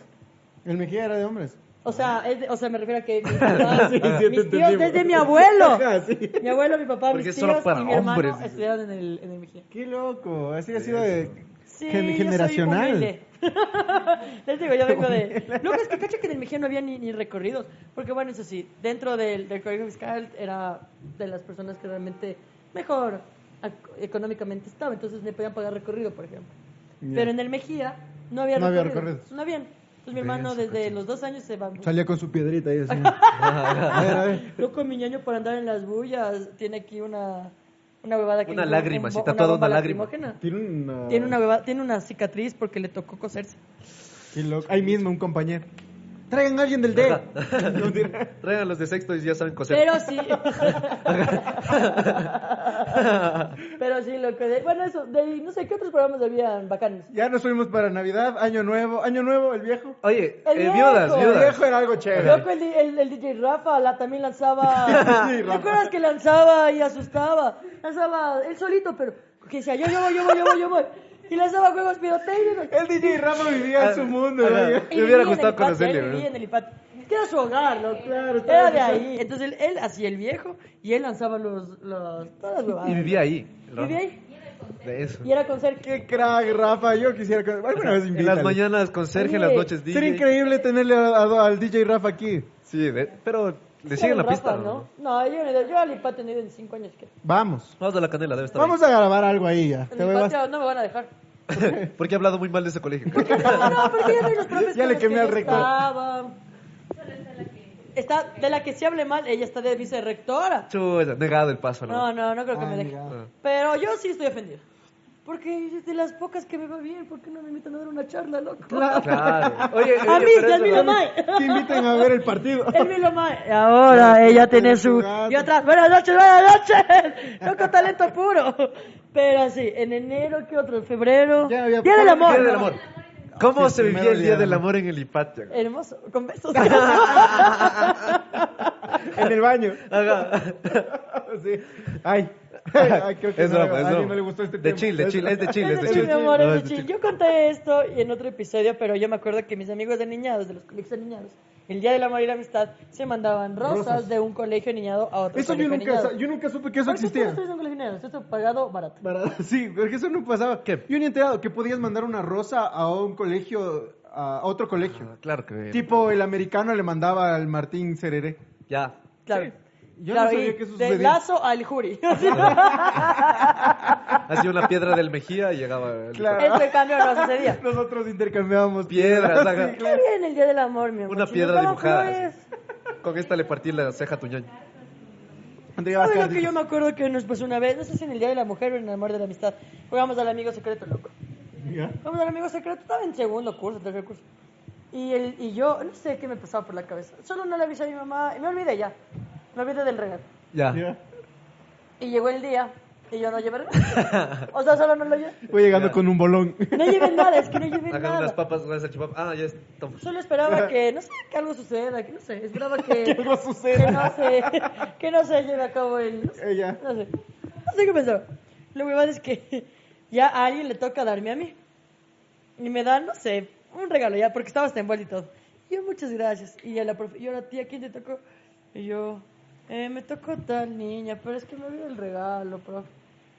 S3: El Mejía era de hombres.
S2: O sea, es de- o sea me refiero a que mis,
S3: Ah, sí,
S2: papás,
S3: te
S2: mis tíos
S3: entendimos.
S2: desde mi abuelo.
S3: Ajá, sí.
S2: Mi abuelo, mi papá,
S4: Porque
S2: mis
S4: es solo
S2: tíos
S4: para
S2: y mi hermano
S4: hombres, dice.
S2: estudiaron en el, en el Mejía.
S3: Qué loco. Así ha sido de.
S2: Sí,
S3: gen-
S2: Yo soy
S3: generacional.
S2: humilde. Les digo, yo vengo de. No, es que cacho que en el Mejía no había ni, ni recorridos. Porque, bueno, eso sí, dentro del, del Colegio Fiscal era de las personas que realmente mejor ac- económicamente estaba. Entonces me podían pagar recorrido, por ejemplo.
S3: Ya.
S2: Pero en el Mejía no había
S3: No había
S2: recorrido.
S3: recorrido.
S2: No habían. Entonces mi hermano desde los dos años se va.
S3: Salía con su piedrita ahí así. A ver, a ver.
S2: Loco, mi ñaño por andar en las bullas tiene aquí una. Una huevada que.
S4: Una
S2: le dio
S4: lágrima,
S2: bo-
S4: sí, tatuado
S2: bomba
S4: una lágrima.
S2: lacrimógena.
S3: Tiene una.
S2: Tiene una, hueva- tiene una cicatriz porque le tocó coserse.
S3: Qué loco. Ahí mismo, un compañero. Traigan a alguien del D. No, tira.
S4: Traigan los de sexto y ya saben coser.
S2: Pero sí. Pero sí, lo que. de- bueno, eso, de ahí, no sé qué otros programas habían bacanos.
S3: ya nos fuimos para Navidad, Año Nuevo. Año Nuevo, el viejo.
S4: Oye,
S2: El
S4: eh, viudas,
S2: viejo.
S3: El
S4: viudas.
S3: viejo era algo chévere.
S2: Loco, el, di- el- el DJ Rafa la, también lanzaba.
S3: Sí,
S2: ¿Te
S3: Rafa.
S2: acuerdas que lanzaba y asustaba? Lanzaba él solito, pero que decía, yo, yo voy, yo voy, yo voy, yo voy. Y lanzaba juegos pirotécnicos.
S3: El DJ Rafa vivía en su mundo.
S4: Ajá.
S3: ¿verdad?
S2: Y
S4: Me
S2: vivía
S4: hubiera
S2: en
S4: gustado
S2: el Ipati,
S4: conocerle,
S2: él vivía
S4: ¿no?
S2: en el Ipati. Que era su hogar, ¿no?
S3: Claro, estaba
S2: Era de
S3: en
S2: ahí. Entonces él, él hacía el viejo y él lanzaba los, los, todas las huevadas.
S4: Y vivía ahí. el Rafa.
S2: Vivía ahí.
S4: De eso.
S2: Y era con Sergio.
S3: Qué crack, Rafa. Yo quisiera que alguna vez
S4: En las
S3: invítale.
S4: mañanas con Sergio, en las
S2: Oye,
S4: noches DJ.
S3: Sería increíble tenerle a- a- al DJ Rafa aquí.
S4: Sí, de- pero le siguen la
S2: Rafa,
S4: pista. ¿no?
S2: ¿no? No, yo, no he ido- yo al IPAT he ido en 5 años. Que...
S3: Vamos.
S4: Vamos a la canela, debe estar.
S3: Vamos a grabar algo ahí ya.
S2: En
S3: Te
S2: el
S3: voy a-
S2: patio no me van a dejar.
S4: ahí. Porque he hablado muy mal de ese colegio.
S2: No, no, porque ya no hay los profes
S3: Ya
S2: con
S3: le
S2: los
S3: quemé
S2: que
S3: al
S2: yo
S3: rector.
S2: estaba. Está de la que se hable mal, ella está de vicerrectora.
S4: Chuta, negado el paso,
S2: No,
S4: ¿no?
S2: no, no creo que
S3: Ah,
S2: me deje.
S3: mira.
S2: Pero yo sí estoy ofendida. Porque es de las pocas que me va bien, ¿por qué no me invitan a dar una charla, loco?
S4: Claro. Oye,
S3: eh,
S4: oye,
S2: a mí,
S4: pero
S2: y al
S4: eso-
S2: Milo May.
S3: Te invitan a ver el partido.
S2: El Milo May. Ahora ella tiene su. Y atrás, buenas noches, buenas noches. Loco, talento puro. Pero sí, en enero, ¿qué otro? En febrero.
S3: Ya había-
S2: Día del amor.
S4: Día del amor. ¿Cómo
S3: Sí,
S4: se vivía
S3: primero
S4: el día
S3: día.
S4: del amor en el Hipatia? güey?
S2: Hermoso, con besos.
S3: en el baño.
S4: Ajá.
S3: Sí. Ay. Ay, creo que
S4: Es
S3: no,
S4: broma,
S3: a
S4: es
S3: alguien
S4: broma.
S3: no le gustó este
S4: De
S3: tema.
S4: Chile, de Chile, es de Chile,
S2: Es
S4: es
S2: de
S4: de
S2: Chile,
S4: Chile.
S2: mi amor,
S4: No,
S2: es de
S4: es de
S2: Chile.
S4: Chile.
S2: Yo conté esto y en otro episodio, pero yo me acuerdo que mis amigos de niñados, de los colegios de niñados, el día del amor y la amistad, se mandaban rosas,
S3: Rosas.
S2: de un colegio niñado a otro
S3: Eso yo
S2: colegio
S3: nunca,
S2: niñado.
S3: sa- yo nunca supe que eso
S2: ¿Por qué tú no
S3: existía.
S2: estás en un colegio niñado? Esto es pagado barato.
S3: Para- Sí, porque eso no pasaba.
S4: ¿Qué?
S3: Yo ni he enterado que podías mandar una rosa a un colegio, a otro colegio.
S4: Ah, claro que.
S3: tipo el americano le mandaba al Martín Cereré.
S4: Ya.
S2: Claro.
S3: Yo no
S2: Claro,
S3: sabía
S2: y
S3: que eso
S2: de
S3: sucedía.
S2: lazo al jury.
S4: Hacía una piedra del Mejía y llegaba. el-
S3: Claro.
S2: Este cambio no sucedía.
S3: Nosotros intercambiábamos
S4: Piedras, haga-
S3: Sí,
S2: Qué bien el día del amor, mi amor.
S4: Una
S2: Si
S4: piedra
S2: nos pues, daban
S4: dibujada.
S2: flores.
S4: Con esta le partí la ceja a tu ñoño.
S3: Cuando llevabas
S2: ¿Sabes lo que
S3: cartas.
S2: yo me acuerdo que nos pasó una vez? No sé si en el Día de la Mujer o en el Amor de la Amistad. Jugamos al amigo secreto, loco.
S3: ¿Ya?
S2: Jugamos al amigo secreto, estaba en segundo curso, tercer curso. Y, él, y yo, no sé qué me pasaba por la cabeza. Solo no le avisé a mi mamá y me olvidé ya. Me olvidé del regalo.
S4: Ya.
S3: Ya.
S2: Y llegó el día y yo no llevé regalo. O sea, solo no lo llevé.
S3: Voy llegando
S4: Ya.
S3: con un bolón.
S2: No llevé nada, es que no llevé
S4: Hagan unas
S2: nada.
S4: papas, unas salchipapas. Ah, ya está.
S2: Solo esperaba que, no sé, que algo suceda, que no sé, esperaba que,
S3: Que algo suceda.
S2: que no se, que no se lleve a cabo el, no sé,
S3: Eh, ya.
S2: no sé, no sé qué pensaba. Lo que pasa es que ya a alguien le toca darme a mí. Y me dan, no sé, un regalo ya, porque estaba hasta envuelto y todo. Y yo, muchas gracias. Y ya la profe, y ahora, tía, ¿quién te tocó? Y yo, eh, me tocó tal niña, pero es que me olvidé el regalo, profe.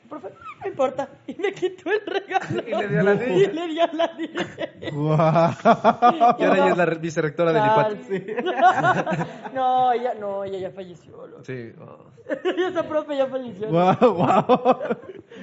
S2: Profe, no importa. Y me quitó el regalo.
S4: Y le dio a la niña.
S2: Y le dio a la niña.
S3: Guau.
S4: Y ahora ella es la re- vicerectora del
S2: Claro,
S4: IPAT.
S2: sí. no, ella, no, ella ya falleció. loco.
S4: Sí. oh.
S2: Esa profe ya falleció.
S3: Guau, guau.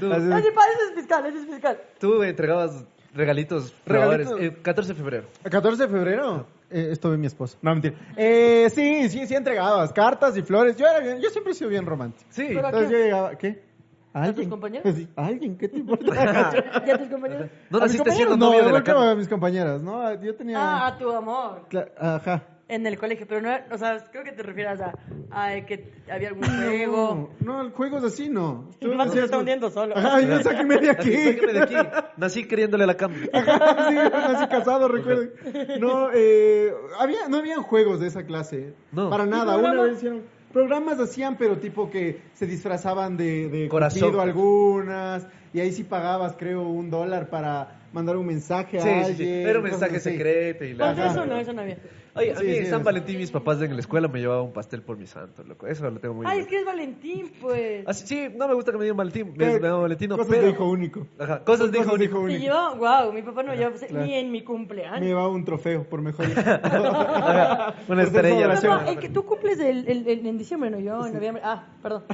S4: Tú,
S3: Así-
S2: Ese pa- ese es fiscal, ese es fiscal.
S4: tú entregabas regalitos,
S3: Regalitos.
S4: regalitos. 14 de febrero.
S3: ¿El 14 de febrero? Eh, esto ve mi esposo. No, mentira. Eh, sí, sí, sí entregabas cartas y flores. Yo, era bien- yo siempre he sido bien romántico.
S4: Sí.
S2: Pero- ¿A
S3: Entonces
S2: quién?
S3: yo llegaba, ¿qué? ¿A
S2: tus
S3: alguien?
S2: compañeros?
S3: Sí, ¿a alguien? ¿Qué te importa?
S2: ¿Ya tus compañeros?
S4: No
S3: ¿A mis
S4: naciste siendo
S3: compañeros? no,
S4: novia de
S3: yo
S4: la
S3: creo
S4: Carmen.
S3: a mis compañeras, ¿no? Yo tenía...
S2: Ah, a tu amor.
S3: Cla- Ajá.
S2: En el colegio, pero no, era- o sea, creo que te refieres a, a que había algún
S3: No,
S2: juego.
S3: no, el juego es así, no.
S2: Tu hermano se está hundiendo solo.
S3: Ajá, yo sáquenme de aquí.
S4: Así, sáquenme de aquí. Nací queriéndole a la cama.
S3: Ajá, sí, nací casado, recuerden. No, eh, había, no habían juegos de esa clase. ¿eh?
S4: No.
S3: Para nada. Una
S2: ¿Y programas?
S3: vez hicieron. Programas hacían, pero tipo que se disfrazaban de, de
S4: Corazón.
S3: Cupido algunas. Y ahí sí pagabas, creo, un dólar para mandar un mensaje
S4: Sí,
S3: a
S4: sí,
S3: alguien.
S4: sí. Era un
S3: cosas
S4: mensaje
S3: así.
S4: secreto y la.
S2: Pues eso no, eso no había.
S4: Oye, a
S3: Sí,
S4: mí en
S3: sí,
S4: San
S3: es.
S4: Valentín mis papás en la escuela me llevaban un pastel por mi santo, loco. Eso lo tengo muy
S2: Ay,
S4: bien.
S2: es que es Valentín, pues.
S4: Así- sí, no me gusta que me digan Valentín, me,
S3: Pero-
S4: me llaman Valentino,
S3: cosas
S4: pero...
S3: de hijo único.
S4: Ajá, cosas de hijo
S3: Cosas de
S4: único.
S3: hijo
S2: Te
S3: único.
S2: llevaba, wow, mi papá no llevaba
S3: claro.
S2: ni en mi
S3: Me
S2: cumpleaños.
S3: llevaba un trofeo por mejor. Pues
S4: Ajá, Una
S3: Por ser
S4: estrella.
S3: población.
S2: Papá, el que tú cumples el, el- el- en diciembre, no yo, en noviembre. Ah, perdón.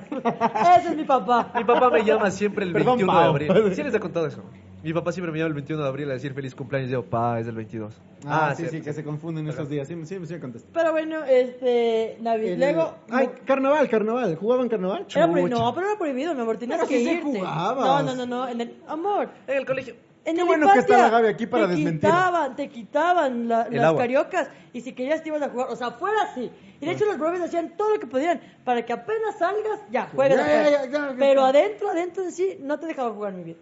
S2: Ese es mi papá.
S4: Mi papá me llama siempre el
S3: Perdón,
S4: 21
S3: Pau.
S4: de abril. ¿Sí les he contado eso? Mi papá siempre me llama el 21 de abril a decir feliz cumpleaños. Y yo, pa, es el 22.
S3: Ah, sí,
S4: cierto,
S3: sí, que se confunden esos días. Sí, sí, sí, me contesté.
S2: Pero bueno, este, Navidad.
S3: El-
S2: Luego.
S3: Ay, carnaval, carnaval. ¿Jugaban carnaval?
S2: Era prohi- no, pero era prohibido, mi amor. Tenías
S3: Pero
S2: que
S3: sí se
S2: irte.
S3: jugabas.
S2: No, no, no, no. En el, amor.
S4: En el colegio.
S2: En
S3: Qué
S2: el
S3: bueno que está
S2: Infancia,
S3: la Gaby aquí para
S2: te
S3: desmentir.
S2: Quitaban, te quitaban la-
S4: El
S2: las
S4: agua. Ah.
S2: cariocas y si querías te ibas a jugar. O sea, fuera así. Y de hecho los profes hacían todo lo que podían para que apenas salgas, ya, juegas.
S3: Ya,
S2: afuera.
S3: ya, ya, ya.
S2: Pero adentro, adentro en sí, no te dejaban jugar muy bien.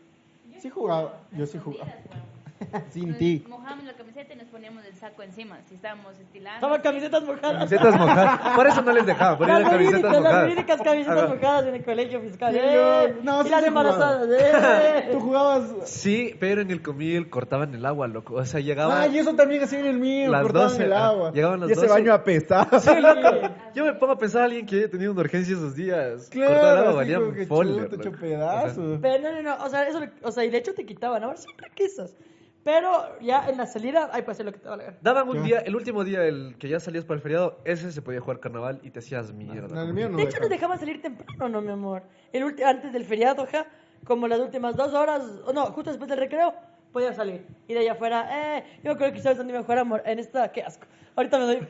S3: Sí jugaba. Yo sí jugaba. Sin
S1: Nos
S3: ti.
S1: Mojábamos la camiseta y nos poníamos el saco encima. Si estábamos estilando.
S2: Estaban camisetas mojadas.
S4: Camisetas mojadas. Por eso no les dejaba, por ir a
S2: Las
S4: camisetas
S2: verídicas, las
S4: mojadas. Ah.
S2: verídicas
S4: Ajá.
S2: camisetas mojadas en el colegio fiscal.
S3: Sí,
S2: ¡eh!
S3: yo- no,
S2: y
S3: sí
S2: las
S3: se jugaba.
S2: embarazadas. ¡eh!
S3: Tú jugabas.
S4: Sí, pero en el comil cortaban el agua, loco. O sea, llegaba...
S3: Ah, y eso también hacía en el mío.
S4: Las
S3: cortaban
S4: 12,
S3: el
S4: ah,
S3: agua.
S4: llegaban las
S3: y ese
S4: 12.
S3: baño apestaba.
S4: Sí, loco. Yo me pongo a pensar a alguien que haya tenido una urgencia esos días. Cortar el agua
S3: Claro, así
S4: valía
S3: como que
S4: folio,
S3: chuta,
S4: loco.
S3: hecho pedazo.
S2: Pero no, no, no, o sea, eso, o sea, y de hecho te quitaban, ahora siempre quisos. Pero ya en la salida, ay, pues es lo que te va a la gana.
S4: Daban un
S3: Ya.
S4: día, el último día, el que ya salías para el feriado, ese se podía jugar carnaval y te hacías mierda.
S3: No, el mío no
S2: De hecho,
S3: dejaba.
S2: nos dejaban salir temprano, ¿no, mi amor? El ulti- antes del feriado, ja, como las últimas dos horas, o no, justo después del recreo, podía salir. Y de allá afuera, eh, yo creo que sabes dónde me jugar, amor, en esta, qué asco. Ahorita me doy,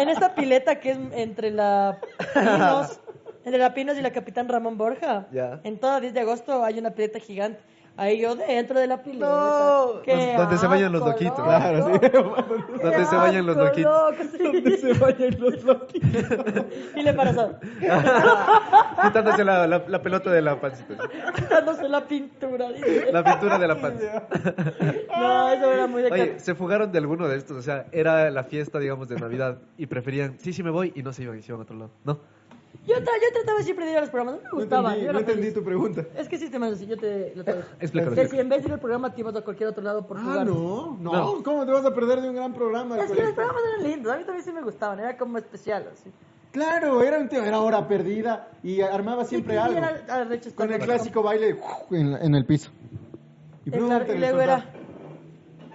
S2: en esta pileta que es entre la Pinos, entre la Pinos y la Capitán Ramón Borja.
S4: Ya.
S2: En toda 10 de agosto hay una pileta gigante. Ahí yo dentro de la pileta.
S4: No.
S2: ¡Qué
S4: Donde- donde se bañan los
S2: asco,
S4: loquitos.
S2: loco!
S4: Claro,
S2: ¡Qué
S4: Donde se bañan los
S2: asco,
S4: loquitos.
S2: loco, sí.
S3: Donde se bañan los loquitos.
S2: Y le embarazada.
S4: Quitándose la, la- la pelota de la pancita.
S2: Quitándose la pintura. dice.
S4: La pintura de la pancita.
S2: No, eso era muy de
S4: Oye,
S2: cara.
S4: se fugaron de alguno de estos. O sea, era la fiesta, digamos, de Navidad. Y preferían, sí, sí me voy. Y no se iban, y se iban a otro lado. No.
S2: Yo, tra- yo trataba siempre de ir a los programas, no me
S3: No
S2: gustaba.
S3: entendí,
S2: yo era
S3: no entendí
S2: feliz.
S3: tu pregunta.
S2: Es que sí te mando, si yo te lo traduzco.
S4: explícalo,
S2: Que
S4: explícalo.
S2: si en vez de ir al programa te ibas a cualquier otro lado por
S3: Ah,
S2: jugar. Pues,
S3: no, no,
S4: No.
S3: ¿Cómo te vas a perder de un gran programa?
S2: Es que los
S3: Alfredo?
S2: programas eran lindos, a mí también sí me gustaban, era como especial. Así.
S3: Claro, era, un tema- era hora perdida y armaba siempre
S2: Y- y
S3: algo.
S2: era- ah, de hecho, está
S3: Con el
S2: como-
S3: clásico baile ¡uf! en, la- en el piso.
S2: Eh,
S3: pronto
S2: claro, y
S3: le
S2: luego
S3: soltaba.
S2: era-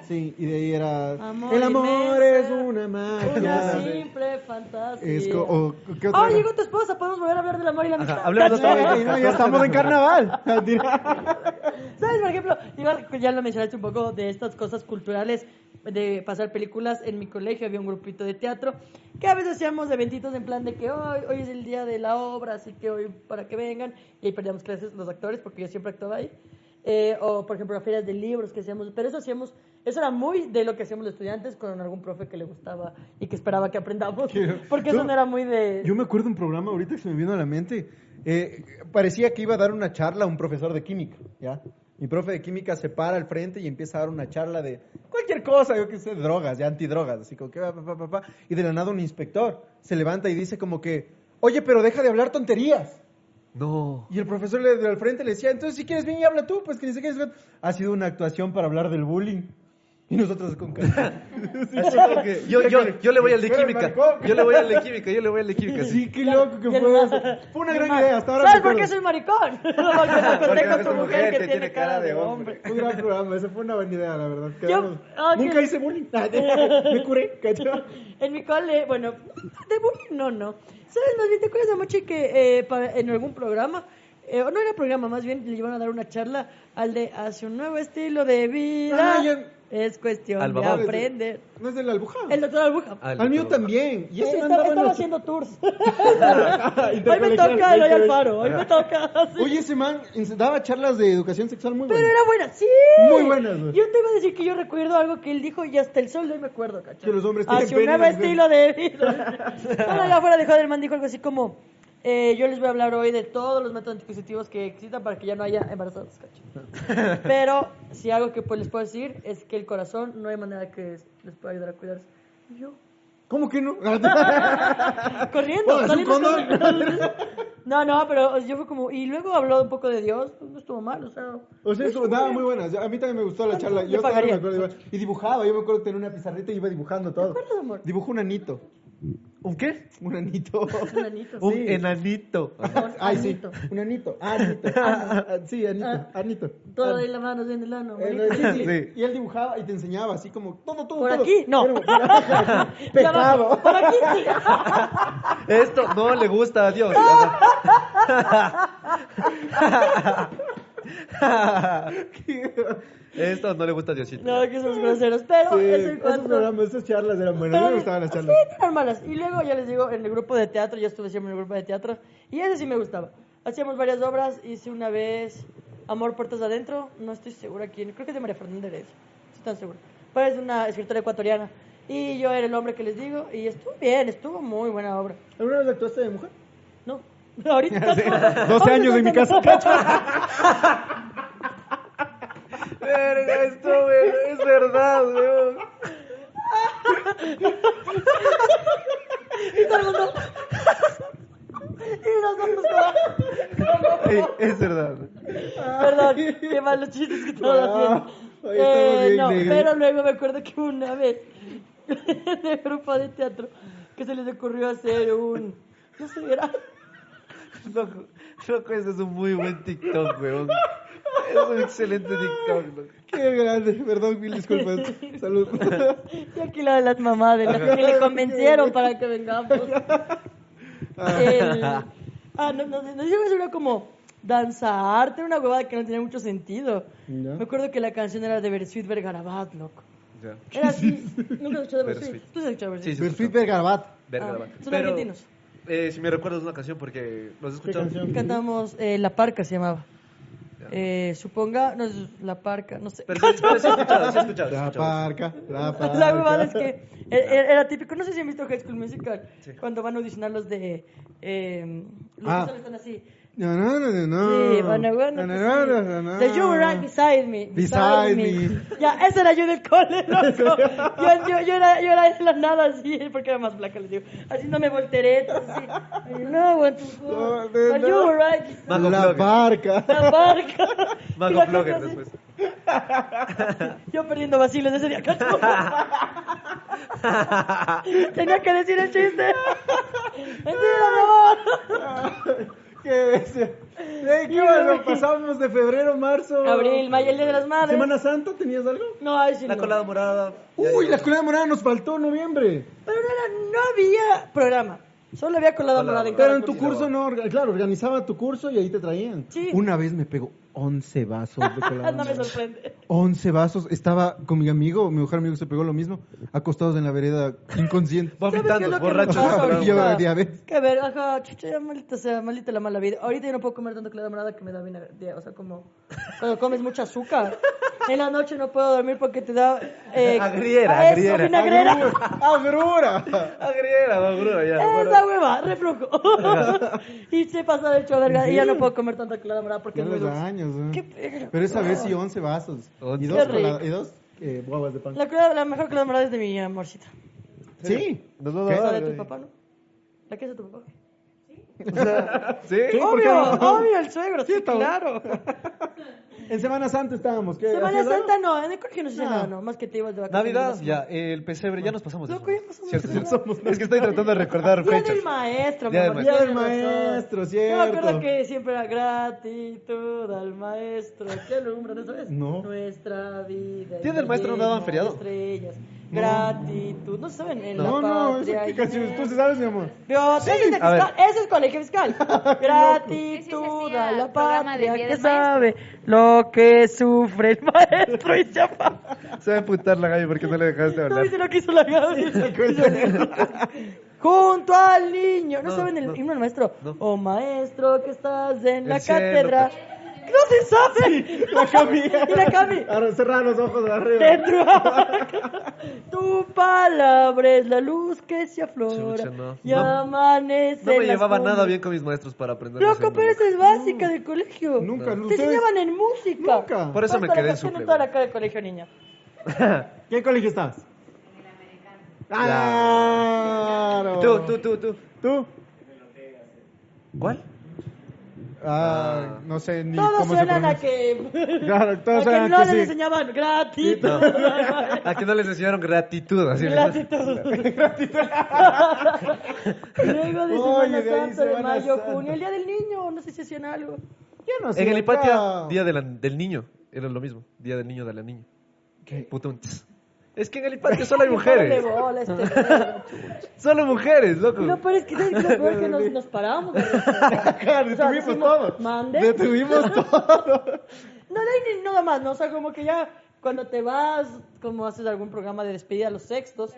S3: Sí, y de ahí era.
S2: Amor
S3: el amor
S2: inmenso,
S3: es una magia.
S2: Una simple fantasía.
S3: Es co- o- ¿qué otra
S2: Ah,
S3: era?
S2: llegó tu esposa, podemos volver a hablar del amor y la amistad.
S4: Ajá, hablemos de
S3: Ay,
S4: Ay,
S3: no, ya estamos en carnaval.
S2: ¿Sabes, por ejemplo? iba- ya lo mencionaste un poco de estas cosas culturales, de pasar películas. En mi colegio había un grupito de teatro que a veces hacíamos eventitos en plan de que hoy, hoy es el día de la obra, así que hoy para que vengan. Y ahí perdíamos clases los actores, porque yo siempre actuaba ahí. Eh, o, por ejemplo, ferias de libros que hacíamos. Pero eso hacíamos, eso era muy de lo que hacíamos los estudiantes con algún profe que le gustaba y que esperaba que aprendamos.
S3: Quiero-
S2: Porque eso
S3: yo-
S2: no era muy de...
S3: Yo me acuerdo de un programa ahorita que se me vino a la mente. eh, parecía que iba a dar una charla a un profesor de química, ¿ya? Mi profe de química se para al frente y empieza a dar una charla de cualquier cosa, yo qué sé, drogas, ya antidrogas, así como que va, pa, pa, pa, pa, Y de la nada un inspector se levanta y dice como que, oye, pero deja de hablar tonterías.
S4: No.
S3: Y el profesor le- de al frente le decía, entonces si quieres bien y habla tú, pues que ni sé qué es. Ha sido una actuación para hablar del bullying. Y nosotros con cara.
S4: Así como que yo, yo, yo le voy al de
S3: Pero el
S4: química.
S3: maricón.
S4: Yo le voy al de química, yo le voy al de química. Sí.
S3: Sí, qué loco que fue eso. Fue una gran idea, hasta ahora
S2: ¿Sabes
S3: me
S2: por qué
S3: acuerdo.
S2: soy maricón? Porque
S4: Porque
S2: tengo
S4: es
S2: tu
S4: una
S2: mujer que tiene cara de hombre.
S3: Un gran programa, esa fue una buena idea, la verdad. Quedamos-
S2: ah, que-
S3: Nunca hice bullying. Me curé, ¿cachai?
S2: En mi cole, bueno, de bullying no, no. ¿Sabes? Más bien, ¿te acuerdas de Mochi que eh, pa- en algún programa, eh, o no era programa, más bien le iban a dar una charla al de hacia un nuevo estilo de vida?
S3: Ah, ya.
S2: Es cuestión
S4: Al
S2: de
S4: babao.
S2: aprender.
S3: No es de la albuja.
S2: El doctor Albuja.
S4: Ah,
S3: Al mío también. Y ese
S2: Eh,
S3: man
S2: estaba
S3: daba
S2: estaba
S3: los-
S2: haciendo tours. hoy
S3: Intercolegial,
S2: me toca Eloy
S3: intercolegial.
S2: Alfaro, hoy me toca. sí.
S3: Oye, ese man ens- daba charlas de educación sexual muy
S2: Pero
S3: buenas.
S2: era buena, sí.
S3: Muy buenas, güey.
S2: Yo te iba a decir que yo recuerdo algo que él dijo y hasta el sol de hoy me acuerdo, ¿cachai?
S3: Que los hombres
S2: Hacia
S3: tienen pene y
S2: un nuevo
S3: las
S2: estilo de vida. Bueno, allá afuera de Joderman dijo algo así como: eh, Yo les voy a hablar hoy de todos los métodos anticonceptivos que existan para que ya no haya embarazados, ¿cachai? Pero, si algo que pues, les puedo decir es que el corazón no hay manera que les pueda ayudar a cuidarse. Y yo,
S3: ¿Cómo que no?
S2: corriendo,
S3: Póngase un
S2: saliendo
S3: condón.
S2: corriendo. No, no, pero yo fue como. Y luego habló un poco de Dios, pues, no estuvo mal, o sea.
S3: O sea, eso, nada, muy buenas. A mí también me gustó la charla.
S2: Yo
S3: Yo todavía me
S2: pagaría.
S3: acuerdo igual. Y dibujaba, yo me acuerdo que tenía una pizarrita y iba dibujando todo.
S2: acuerdas, amor?
S3: Dibujó un anito.
S4: ¿Un qué?
S3: Un anito.
S2: Un anito.
S4: Un
S3: Sí.
S4: enanito.
S3: Uh, Ay, sí.
S2: Anito.
S3: Un anito. Ah, anito. Ah, Sí, anito. Anito.
S2: Todo ahí la mano, en el ano.
S3: Eh,
S2: manito.
S3: no, sí, sí.
S4: Sí.
S3: Y él dibujaba y te enseñaba así como todo, todo.
S2: ¿Por
S3: todo.
S2: aquí? No.
S3: Pero- por acá,
S2: Ya abajo.
S3: Pecado.
S2: Por aquí sí.
S4: Esto no le gusta a Dios. Esto no le gusta a Diosito.
S2: No, que son groseros. Pero
S3: Sí,
S2: eso en
S3: esos
S2: cuanto.
S3: programas, esas charlas eran buenas. A mí
S2: Pero-
S3: me gustaban las
S2: sí,
S3: charlas.
S2: eran malas. Y luego ya les digo, en el grupo de teatro, yo estuve siempre en el grupo de teatro, y ese sí me gustaba. Hacíamos varias obras, hice una vez Amor Puertas Adentro, no estoy segura quién, creo que es de María Fernanda Heredia, no estoy tan segura. Pero es de una escritora ecuatoriana. Y yo era el hombre que les digo, y estuvo bien, estuvo muy buena obra.
S3: ¿Alguna vez actuaste de mujer?
S2: No, ahorita. 12
S3: 12 años en mi casa.
S4: Verga, esto, güey, es verdad, weón.
S2: Y todo el mundo- Y nosotros como-
S4: Ey, es verdad.
S2: Perdón, qué malos chistes que estaba haciendo.
S3: Ah, ahí estamos
S2: Eh,
S3: bien
S2: no,
S3: negros.
S2: pero luego me acuerdo que una vez en el grupo de teatro que se les ocurrió hacer un no sé, era
S4: Loco, loco, ese es un muy buen TikTok, weón. Es un excelente TikTok, loco.
S3: Qué grande. Perdón, mil disculpas. Salud.
S2: y aquí la de las mamás de las que le convencieron para que vengamos. El- ah, no, no, nos hicieron hacer una como danza arte, una huevada que no tenía mucho sentido.
S3: Ya.
S2: Me acuerdo que la canción era de Bersuit Vergarabat, loco.
S4: Ya.
S2: Era así, nunca he escuchado Bersuit.
S4: Bersuit.
S2: ¿Tú has escuchado Bersuit?
S4: Sí, sí,
S3: Perfil Bergarbat.
S4: Verga,
S2: Ah,
S4: la vaca.
S2: son argentinos.
S4: eh, si me recuerdas una canción porque los he escuchado.
S3: canción?
S2: Cantamos eh, La Parca se llamaba.
S4: Ya.
S2: Eh, suponga, no es La Parca, no sé.
S4: Pero sí, pero sí he escuchado, sí he escuchado. sí he
S3: La
S4: escuchado.
S3: parca, la parca.
S2: La verdad es que era, era- era típico, no sé si han visto High School Musical, cuando van a audicionar los de... eh, los
S3: Ah.
S2: que solo están así. Sí,
S3: Sí,
S2: bueno, bueno. pues sí. The You Were Right Beside Me.
S3: Beside me.
S2: Ya, esa era Judith Cole, loco. Yo, yo, yo, era, yo era de la nada así, porque era más blanca, les digo. Así no me volteré, todo así. Ay, No, what the fuck.
S3: No, de
S2: But You
S3: nada.
S2: Were Right Beside
S4: Mago
S3: La
S4: Flogger.
S3: barca.
S2: La barca. Y
S4: Mago
S2: la cosa
S4: Flogger
S2: así.
S4: después.
S2: Yo perdiendo vacilos ese día, cacho. Tenía que decir el chiste. Mentira, mi amor.
S3: ¿Qué bestia. Ey, ¿Qué bueno? Pasamos de febrero, marzo.
S2: Abril, mayo, el día de las madres.
S3: ¿Semana Santa tenías algo?
S2: No, ahí sí.
S4: La
S2: no.
S4: colada morada. ya
S3: Uy,
S4: llegó.
S3: la escuela de morada nos faltó en noviembre.
S2: Pero no, era, no había programa. Solo había colada
S4: Colada
S2: morada en
S3: Pero
S2: cada
S3: en tu
S2: curso.
S3: curso no, orga- claro, organizaba tu curso y ahí te traían.
S2: Sí.
S3: Una vez me pegó 11 vasos de colada.
S2: no me sorprende.
S3: 11 vasos. Estaba con mi amigo, mi mujer amigo se pegó lo mismo, acostados en la vereda, inconsciente.
S2: ¿Sabes qué es
S4: Vomitando,
S2: lo que
S4: borrachos.
S2: me pasa
S3: Ajá,
S2: ahorita?
S3: lleva diabetes.
S2: Que ver, ajá, chucha, ya maldita sea, maldita la mala vida. Ahorita yo no puedo comer tanto clara morada que me da bien, o sea, como cuando comes mucho azúcar. En la noche no puedo dormir porque te da... Eh,
S4: Agriera,
S2: eso,
S4: agriera.
S2: vinagrera.
S3: ¡Agrura!
S4: Agriera, agrura, ya. bueno.
S2: Esa hueva, reflujo. y se pasa de hecho, verga, y ya no puedo comer tanta clara morada porque
S3: Ya
S2: es muy
S3: los
S2: dulce.
S3: años, ¿eh?
S2: Qué pedo.
S3: Pero esa vez sí 11 vasos.
S4: Once.
S3: Y
S2: Qué
S3: dos,
S2: rico.
S3: cola- y dos eh, guaguas de pan.
S2: La, clara- la mejor clara morada es de mi amorcita.
S3: Sí.
S4: Nos vamos
S3: ¿Qué?
S4: a
S2: La
S4: dar,
S2: de tu
S4: eh.
S2: papá, ¿no? La que es de tu papá.
S4: ¿Sí?
S3: Sí, ¿por qué
S2: Obvio,
S3: no?
S2: obvio, el suegro, sí,
S3: está
S2: claro.
S3: En Semana Santa estábamos. ¿qué?
S2: Semana
S3: ¿Hacías algo?
S2: Santa no, en el colegio no se
S3: No.
S2: hacía nada, no, más que te ibas de vacaciones.
S4: Navidad,
S2: Ibas-
S4: ya, eh, el pesebre, ya nos pasamos. de
S2: Loco,
S4: eso.
S2: ya pasamos
S4: Cierto,
S2: de
S4: cierto.
S2: eso.
S4: Es que estoy tratando de recordar
S2: Día
S4: fechas.
S2: del maestro,
S4: Día
S2: mi amor,
S4: del maestro.
S3: Día del
S2: razón.
S3: maestro,
S2: Yo me acuerdo
S3: cierto.
S2: que siempre era gratitud al maestro. ¿Qué alumbra de eso es?
S3: No.
S2: Nuestra vida.
S4: Día del maestro no daban
S2: llena de
S4: feriado.
S2: Estrellas. Gratitud. No saben en
S3: No,
S2: la
S3: no, eso
S2: patria.
S3: qué
S2: llena-
S3: canciones. Tú sí sabes, mi amor.
S2: Vio, ese es de
S4: a ver. pues,
S2: fiscal, ese es colegio fiscal. Gratitud
S1: hacía
S2: a la
S1: programa del
S2: patria
S1: Día
S2: que
S1: del Maestro.
S2: sabe lo que sufre el maestro y se apaga.
S4: Se va a emputar la Gaby porque no le dejaste
S2: No
S4: hablar.
S2: viste lo que hizo la Gaby. Junto al niño. ¿No,
S4: No,
S2: saben el
S4: no.
S2: himno del maestro?
S4: No.
S2: Oh maestro que estás en la
S4: El cielo,
S2: cátedra. No se sabe. la Cami. y la Cami.
S3: Ahora cerrar los ojos de
S2: Te
S3: arriba.
S2: truaca. Tu palabra es la luz que se aflora
S4: Chucha, no.
S2: y
S4: No.
S2: amanece.
S4: No me
S2: en las
S4: llevaba
S2: cumbres.
S4: nada bien con mis maestros para aprender. los
S2: Loco, pero
S4: himnos.
S2: esa es básica del colegio.
S3: Nunca,
S2: Te
S3: ustedes-
S2: enseñaban en música.
S3: Nunca.
S4: Por eso me
S2: Hasta
S4: quedé
S2: la
S4: en
S2: canción
S4: suple,
S2: toda
S4: güey.
S2: la cara de colegio, niña.
S3: ¿Qué colegio estabas? Claro.
S4: Tú, tú, tú, tú.
S3: ¡Ah! ¿Tú?
S4: ¿Cuál?
S3: Ah, no sé ni
S2: Todos
S3: cómo se
S2: suenan a
S3: pronuncia.
S2: que...
S3: Claro, todos
S2: Porque
S3: suenan
S2: no
S3: a
S2: les
S3: que sí.
S2: enseñaban gratis.
S4: No. Aquí no les enseñaron gratitud. Así
S2: Gratis todo. Luego de
S3: Oye,
S2: Semana
S3: de ahí
S2: Santa, de
S3: Semana
S2: mayo,
S3: Santa.
S2: junio, el día del niño, no sé si hacían algo.
S3: Yo no
S2: Pues
S3: sé.
S4: En el Hipatia,
S3: acá-
S4: Día de la- del Niño. Era lo mismo. Día del Niño de la Niña.
S3: ¿Qué?
S4: Puto un tss. Es que en el Hipatia solo hay mujeres.
S2: Dale bola a este perro.
S4: Solo mujeres, loco.
S2: No, pero es que ¿sabes qué es lo peor que nos, nos paramos. güey?
S3: Claro,
S2: O sea,
S3: detuvimos
S2: decimos,
S3: todo.
S2: ¿mande?
S3: Detuvimos todo.
S2: No, de ahí ni nada más, ¿no? O sea, como que ya cuando te vas, como haces algún programa de despedida a los sextos.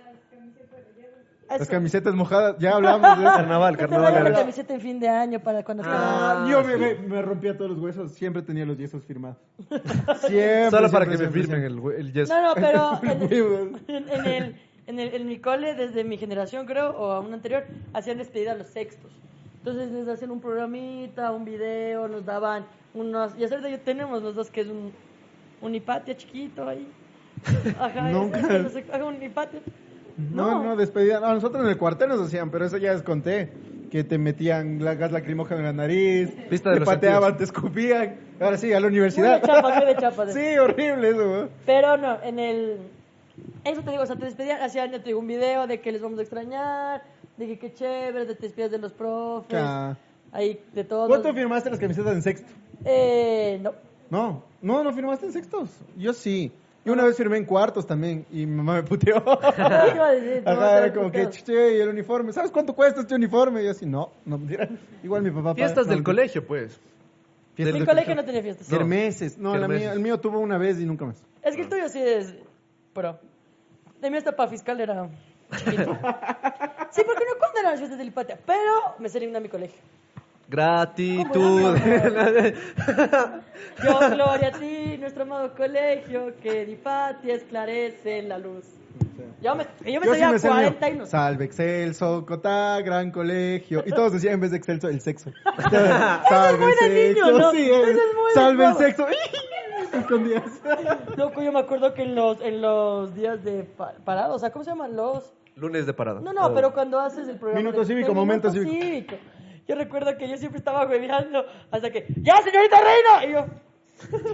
S3: Las
S2: Eso.
S3: camisetas mojadas, ya hablamos de eso.
S4: Carnaval,
S2: Que te vayan la
S4: carnaval. era.
S2: camiseta en fin de año para cuando te vas.
S3: Ah, yo me, me- me rompía todos los huesos, siempre tenía los yesos firmados. Siempre.
S4: Solo para
S3: siempre,
S4: que me
S3: siempre,
S4: firmen el, el yeso.
S2: No, no, pero
S3: Muy bueno.
S2: en, en- en el, en, el, en mi cole, desde mi generación creo, o a una anterior, hacían despedida a los sextos. Entonces les hacían un programita, un video, nos daban unos... Y hasta ahorita ya tenemos los dos, que es un, un hipatia chiquito ahí. Ajá,
S3: Nunca.
S2: es- es- no sé, ajá, un hipatia.
S3: No, no, despedida. No, nosotros en el cuartel nos hacían, pero eso ya les conté. Que te metían la gas lacrimógena en la nariz,
S4: Vista de
S3: te
S4: los
S3: pateaban, te escupían. Ahora sí, a la
S2: Una
S3: universidad.
S2: chapa, nueve chapas.
S3: Sí, horrible eso, güey.
S2: Pero no, en el... Eso te digo, o sea, te despedían, hacían, ya te digo, un video de que les vamos a extrañar, de que qué chévere, de te despedías de los profes,
S3: Ca-
S2: ahí de todo.
S3: ¿Vos tú firmaste las camisetas en sexto?
S2: Eh, no.
S3: No, no, no firmaste en sextos. Yo sí. Yo una vez firmé en cuartos también y mi mamá me puteó.
S2: ¿Qué iba a decir? No,
S3: Ajá,
S2: estaba
S3: era como que
S2: puteado.
S3: chuche y el uniforme. ¿Sabes cuánto cuesta este uniforme? Y yo así, no, no, mentira. Igual mi papá. paga.
S4: Fiestas
S3: No,
S4: del
S3: mentira.
S4: colegio, pues.
S3: Fiestas
S2: Mi
S4: del
S2: colegio no tenía fiestas.
S4: No.
S3: Kermeses. No, la
S4: Kermeses.
S3: mía- el mío tuvo una vez y nunca más.
S2: Es que el tuyo sí es pro. De mí hasta para fiscal era chiquito. sí, porque no cuando eran las fiestas del Hipatia, pero me seleccionó a mi colegio.
S4: Gratitud.
S2: Yo, gloria a ti, nuestro amado colegio, que de Hipatia esclarece la luz. Yo me, que yo me
S3: Yo sí
S2: sabía
S3: me sé el mío.
S2: 40 y no sé.
S3: Salve Excelso, Cotá, Gran Colegio. Y todos decían en vez de Excelso, el sexo. Salve
S2: muy de niño, ¿no?
S3: sí,
S2: Eso
S3: es.
S2: es muy de
S3: Salve el
S2: huevo.
S3: sexo. Escondidas.
S2: Loco, pues yo me acuerdo que en los, en los días de pa- parado, o sea, ¿cómo se llaman los?
S4: Lunes de parada.
S2: No, no, pero cuando haces el programa.
S3: Minuto
S2: de-
S3: cívico,
S2: del
S3: momento
S2: minuto
S3: cívico.
S2: Yo recuerdo que yo siempre estaba hueveando hasta que, ¡Ya, señorita Reina! Y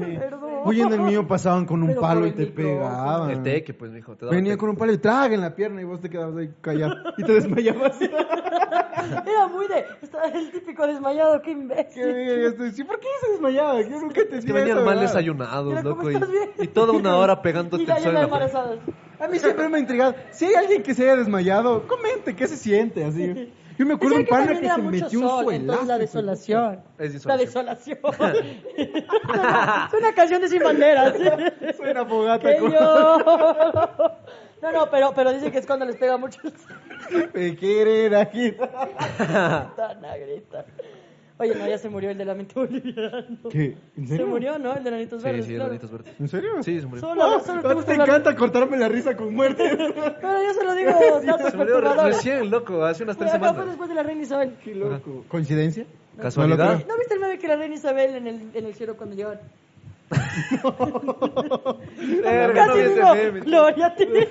S2: yo, Perdón.
S3: Uy, en el mío pasaban con un
S2: Pero
S3: palo
S2: por
S3: y
S2: el
S3: te
S2: micrófono.
S3: pegaban.
S4: El teque, pues, mijo. Te daba
S3: Venía
S4: teque.
S3: con un palo y traga en la pierna y vos te quedabas ahí callado. Y te desmayabas.
S2: Era muy de. Estaba el típico desmayado, qué
S3: Qué
S2: imbécil.
S3: bien, este, sí, ¿Por qué se desmayaba? Yo nunca te
S4: Es que venían mal
S2: Mira,
S4: desayunados,
S2: ¿cómo
S4: loco. Y,
S2: estás bien?
S4: y toda una hora pegándote
S2: Y
S4: el
S2: la
S4: sol en
S2: llena
S4: la
S2: de
S4: frente.
S2: embarazadas.
S3: A mí siempre me ha intrigado. Si hay alguien que se haya desmayado, comente qué se siente así. Yo me acuerdo
S2: Decían
S3: un
S2: que
S3: pana
S2: también
S3: que
S2: era
S3: se
S2: mucho
S3: metió un
S2: sol, entonces
S3: suelazo.
S2: la desolación.
S4: Es
S2: La desolación. es una canción de Sin Banderas.
S3: Soy una fogata.
S2: Que
S3: con-
S2: yo- No, no, pero, pero dice que es cuando les pega mucho el
S3: Me quieren aquí.
S2: satana, grita. Oye, no, ya se murió el de lamento boliviano.
S3: ¿Qué? ¿En
S2: Se
S3: serio?
S2: murió, ¿no? El de Nanitos
S4: Sí,
S2: Verdes.
S4: sí,
S2: claro.
S4: granitos verdes.
S3: ¿En serio?
S4: Sí, se murió.
S2: Solo, solo te
S3: Ah,
S2: gusta
S3: te
S2: hablar-
S3: encanta cortarme la risa con muerte.
S2: Pero yo se lo digo, datos
S4: Se murió re-
S2: perturbadores.
S4: recién, loco, hace unas tres
S2: Acá fue
S4: semanas.
S2: después de la reina Isabel.
S3: Qué loco. Ah, ¿Coincidencia?
S4: Casualidad.
S3: No lo creo.
S2: ¿No viste el meme que la reina Isabel en el, en el cielo cuando llegaban?
S4: Verga, no
S2: Casi
S4: vi ese
S2: digo,
S4: meme.
S2: Gloria tiene.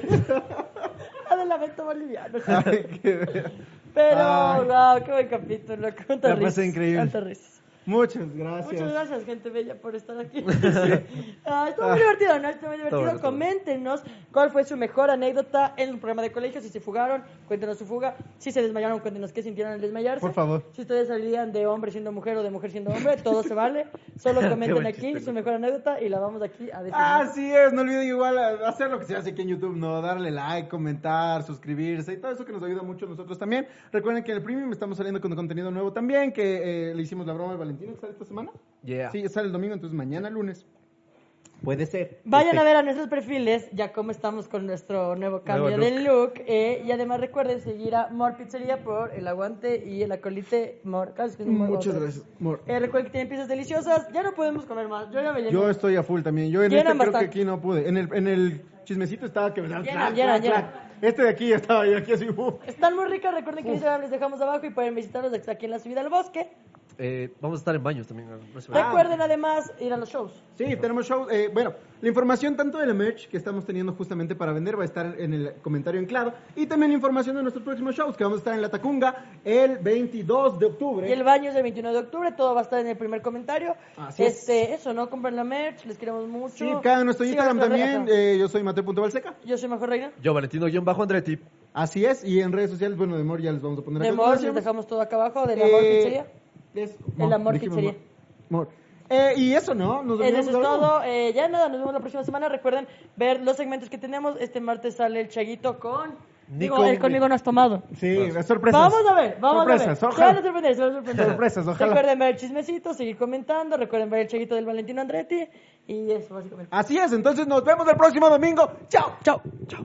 S2: La del lamento boliviano.
S3: Ay, qué ver-
S2: Pero,
S3: Ay.
S2: wow, qué buen capítulo. Cuántas
S3: La pasé
S2: risas,
S3: increíble.
S2: cuántas risas.
S3: Muchas gracias.
S2: Muchas gracias, gente bella, por estar aquí. Ah, estuvo muy divertido, ¿no? Estuvo muy divertido.
S4: bueno, estuvo
S2: Coméntenos cuál fue su mejor anécdota en el programa de colegio. Si se fugaron, cuéntenos su fuga. Si se desmayaron, cuéntenos qué sintieron al desmayarse.
S3: Por favor.
S2: Si ustedes salían de hombre siendo mujer o de mujer siendo hombre, todo se vale. Solo comenten
S4: buen
S2: aquí
S4: chiste,
S2: su mejor anécdota y la vamos aquí a decir.
S3: Así es, no olviden igual a- hacer lo que se hace aquí en YouTube, ¿no? Darle like, comentar, suscribirse y todo eso que nos ayuda mucho a nosotros también. Recuerden que en el Premium estamos saliendo con contenido nuevo también, que eh, le hicimos la broma al Valentín, ¿sale esta semana?
S4: Yeah.
S3: Sí, sale el domingo, entonces mañana lunes. Puede ser.
S4: Este,
S2: Vayan a ver a nuestros perfiles ya cómo estamos con nuestro nuevo cambio
S4: Nuevo
S2: de look. eh, y además recuerden seguir a More Pizzería por el aguante y el acolite More. Claro, es que es More
S3: Muchas
S2: otra vez.
S3: gracias, amor.
S2: Eh, recuerden que tienen pizzas deliciosas. Ya no podemos comer más. Yo ya me llené.
S3: Yo estoy a full también. Yo en
S2: Llenan
S3: este creo que
S2: bastante.
S3: aquí no pude. En el, en el chismecito estaba que me daba
S2: Llenan,
S3: clac,
S2: llenan,
S3: clac,
S2: llenan.
S3: clac. Este de aquí ya estaba yo aquí así. uh.
S2: Están muy ricas. Recuerden que el Instagram les dejamos abajo y pueden visitarnos aquí en la subida al bosque.
S4: Eh, vamos a estar en baños también. no se vayan.
S2: Recuerden además ir a los shows.
S3: Sí, tenemos shows. eh, bueno, la información tanto de la merch que estamos teniendo justamente para vender va a estar en el comentario anclado. Y también la información de nuestros próximos shows que vamos a estar en La Tacunga el 22 de octubre.
S2: Y el baño es el 21 de octubre. Todo va a estar en el primer comentario.
S3: Así es.
S2: este, Eso, ¿no? Compren la merch. Les queremos mucho.
S3: Sí, acá en nuestro
S2: Sigan
S3: Instagram
S2: nuestras
S3: también.
S2: redes.
S3: eh, yo soy Mateo.Balseca.
S2: Yo soy Mejor Reina.
S4: Yo, Valentino-Andretti.
S3: Así es. Y en redes sociales, bueno, de Mor ya les vamos a poner
S2: De
S3: acá.
S2: More, les
S3: Gracias.
S2: dejamos todo acá abajo. De la More
S3: Eh,
S2: Pizzería.
S3: es-
S2: El
S3: Mor,
S2: amor
S3: dijimos
S2: pizzería.
S3: Mor. Mor. Eh, y eso, ¿no? Nos
S2: Eso
S3: olvidamos
S2: es
S3: de algo.
S2: todo. Eh, ya nada, nos vemos la próxima semana. Recuerden ver los segmentos que tenemos. Este martes sale el Chaguito con.
S4: Nico.
S2: Digo, él conmigo no has tomado.
S3: Sí, sorpresas.
S2: Vamos a ver, vamos
S3: sorpresas,
S2: a ver. Se van a
S3: Ojalá.
S2: sorprender, se van a sorprender.
S3: Sorpresas, ojalá.
S2: Recuerden ver el chismecito, seguir comentando. Recuerden ver el Chaguito del Valentino Andretti. Y eso, básicamente.
S3: Así es, entonces nos vemos el próximo domingo. Chao.
S2: Chao, chao.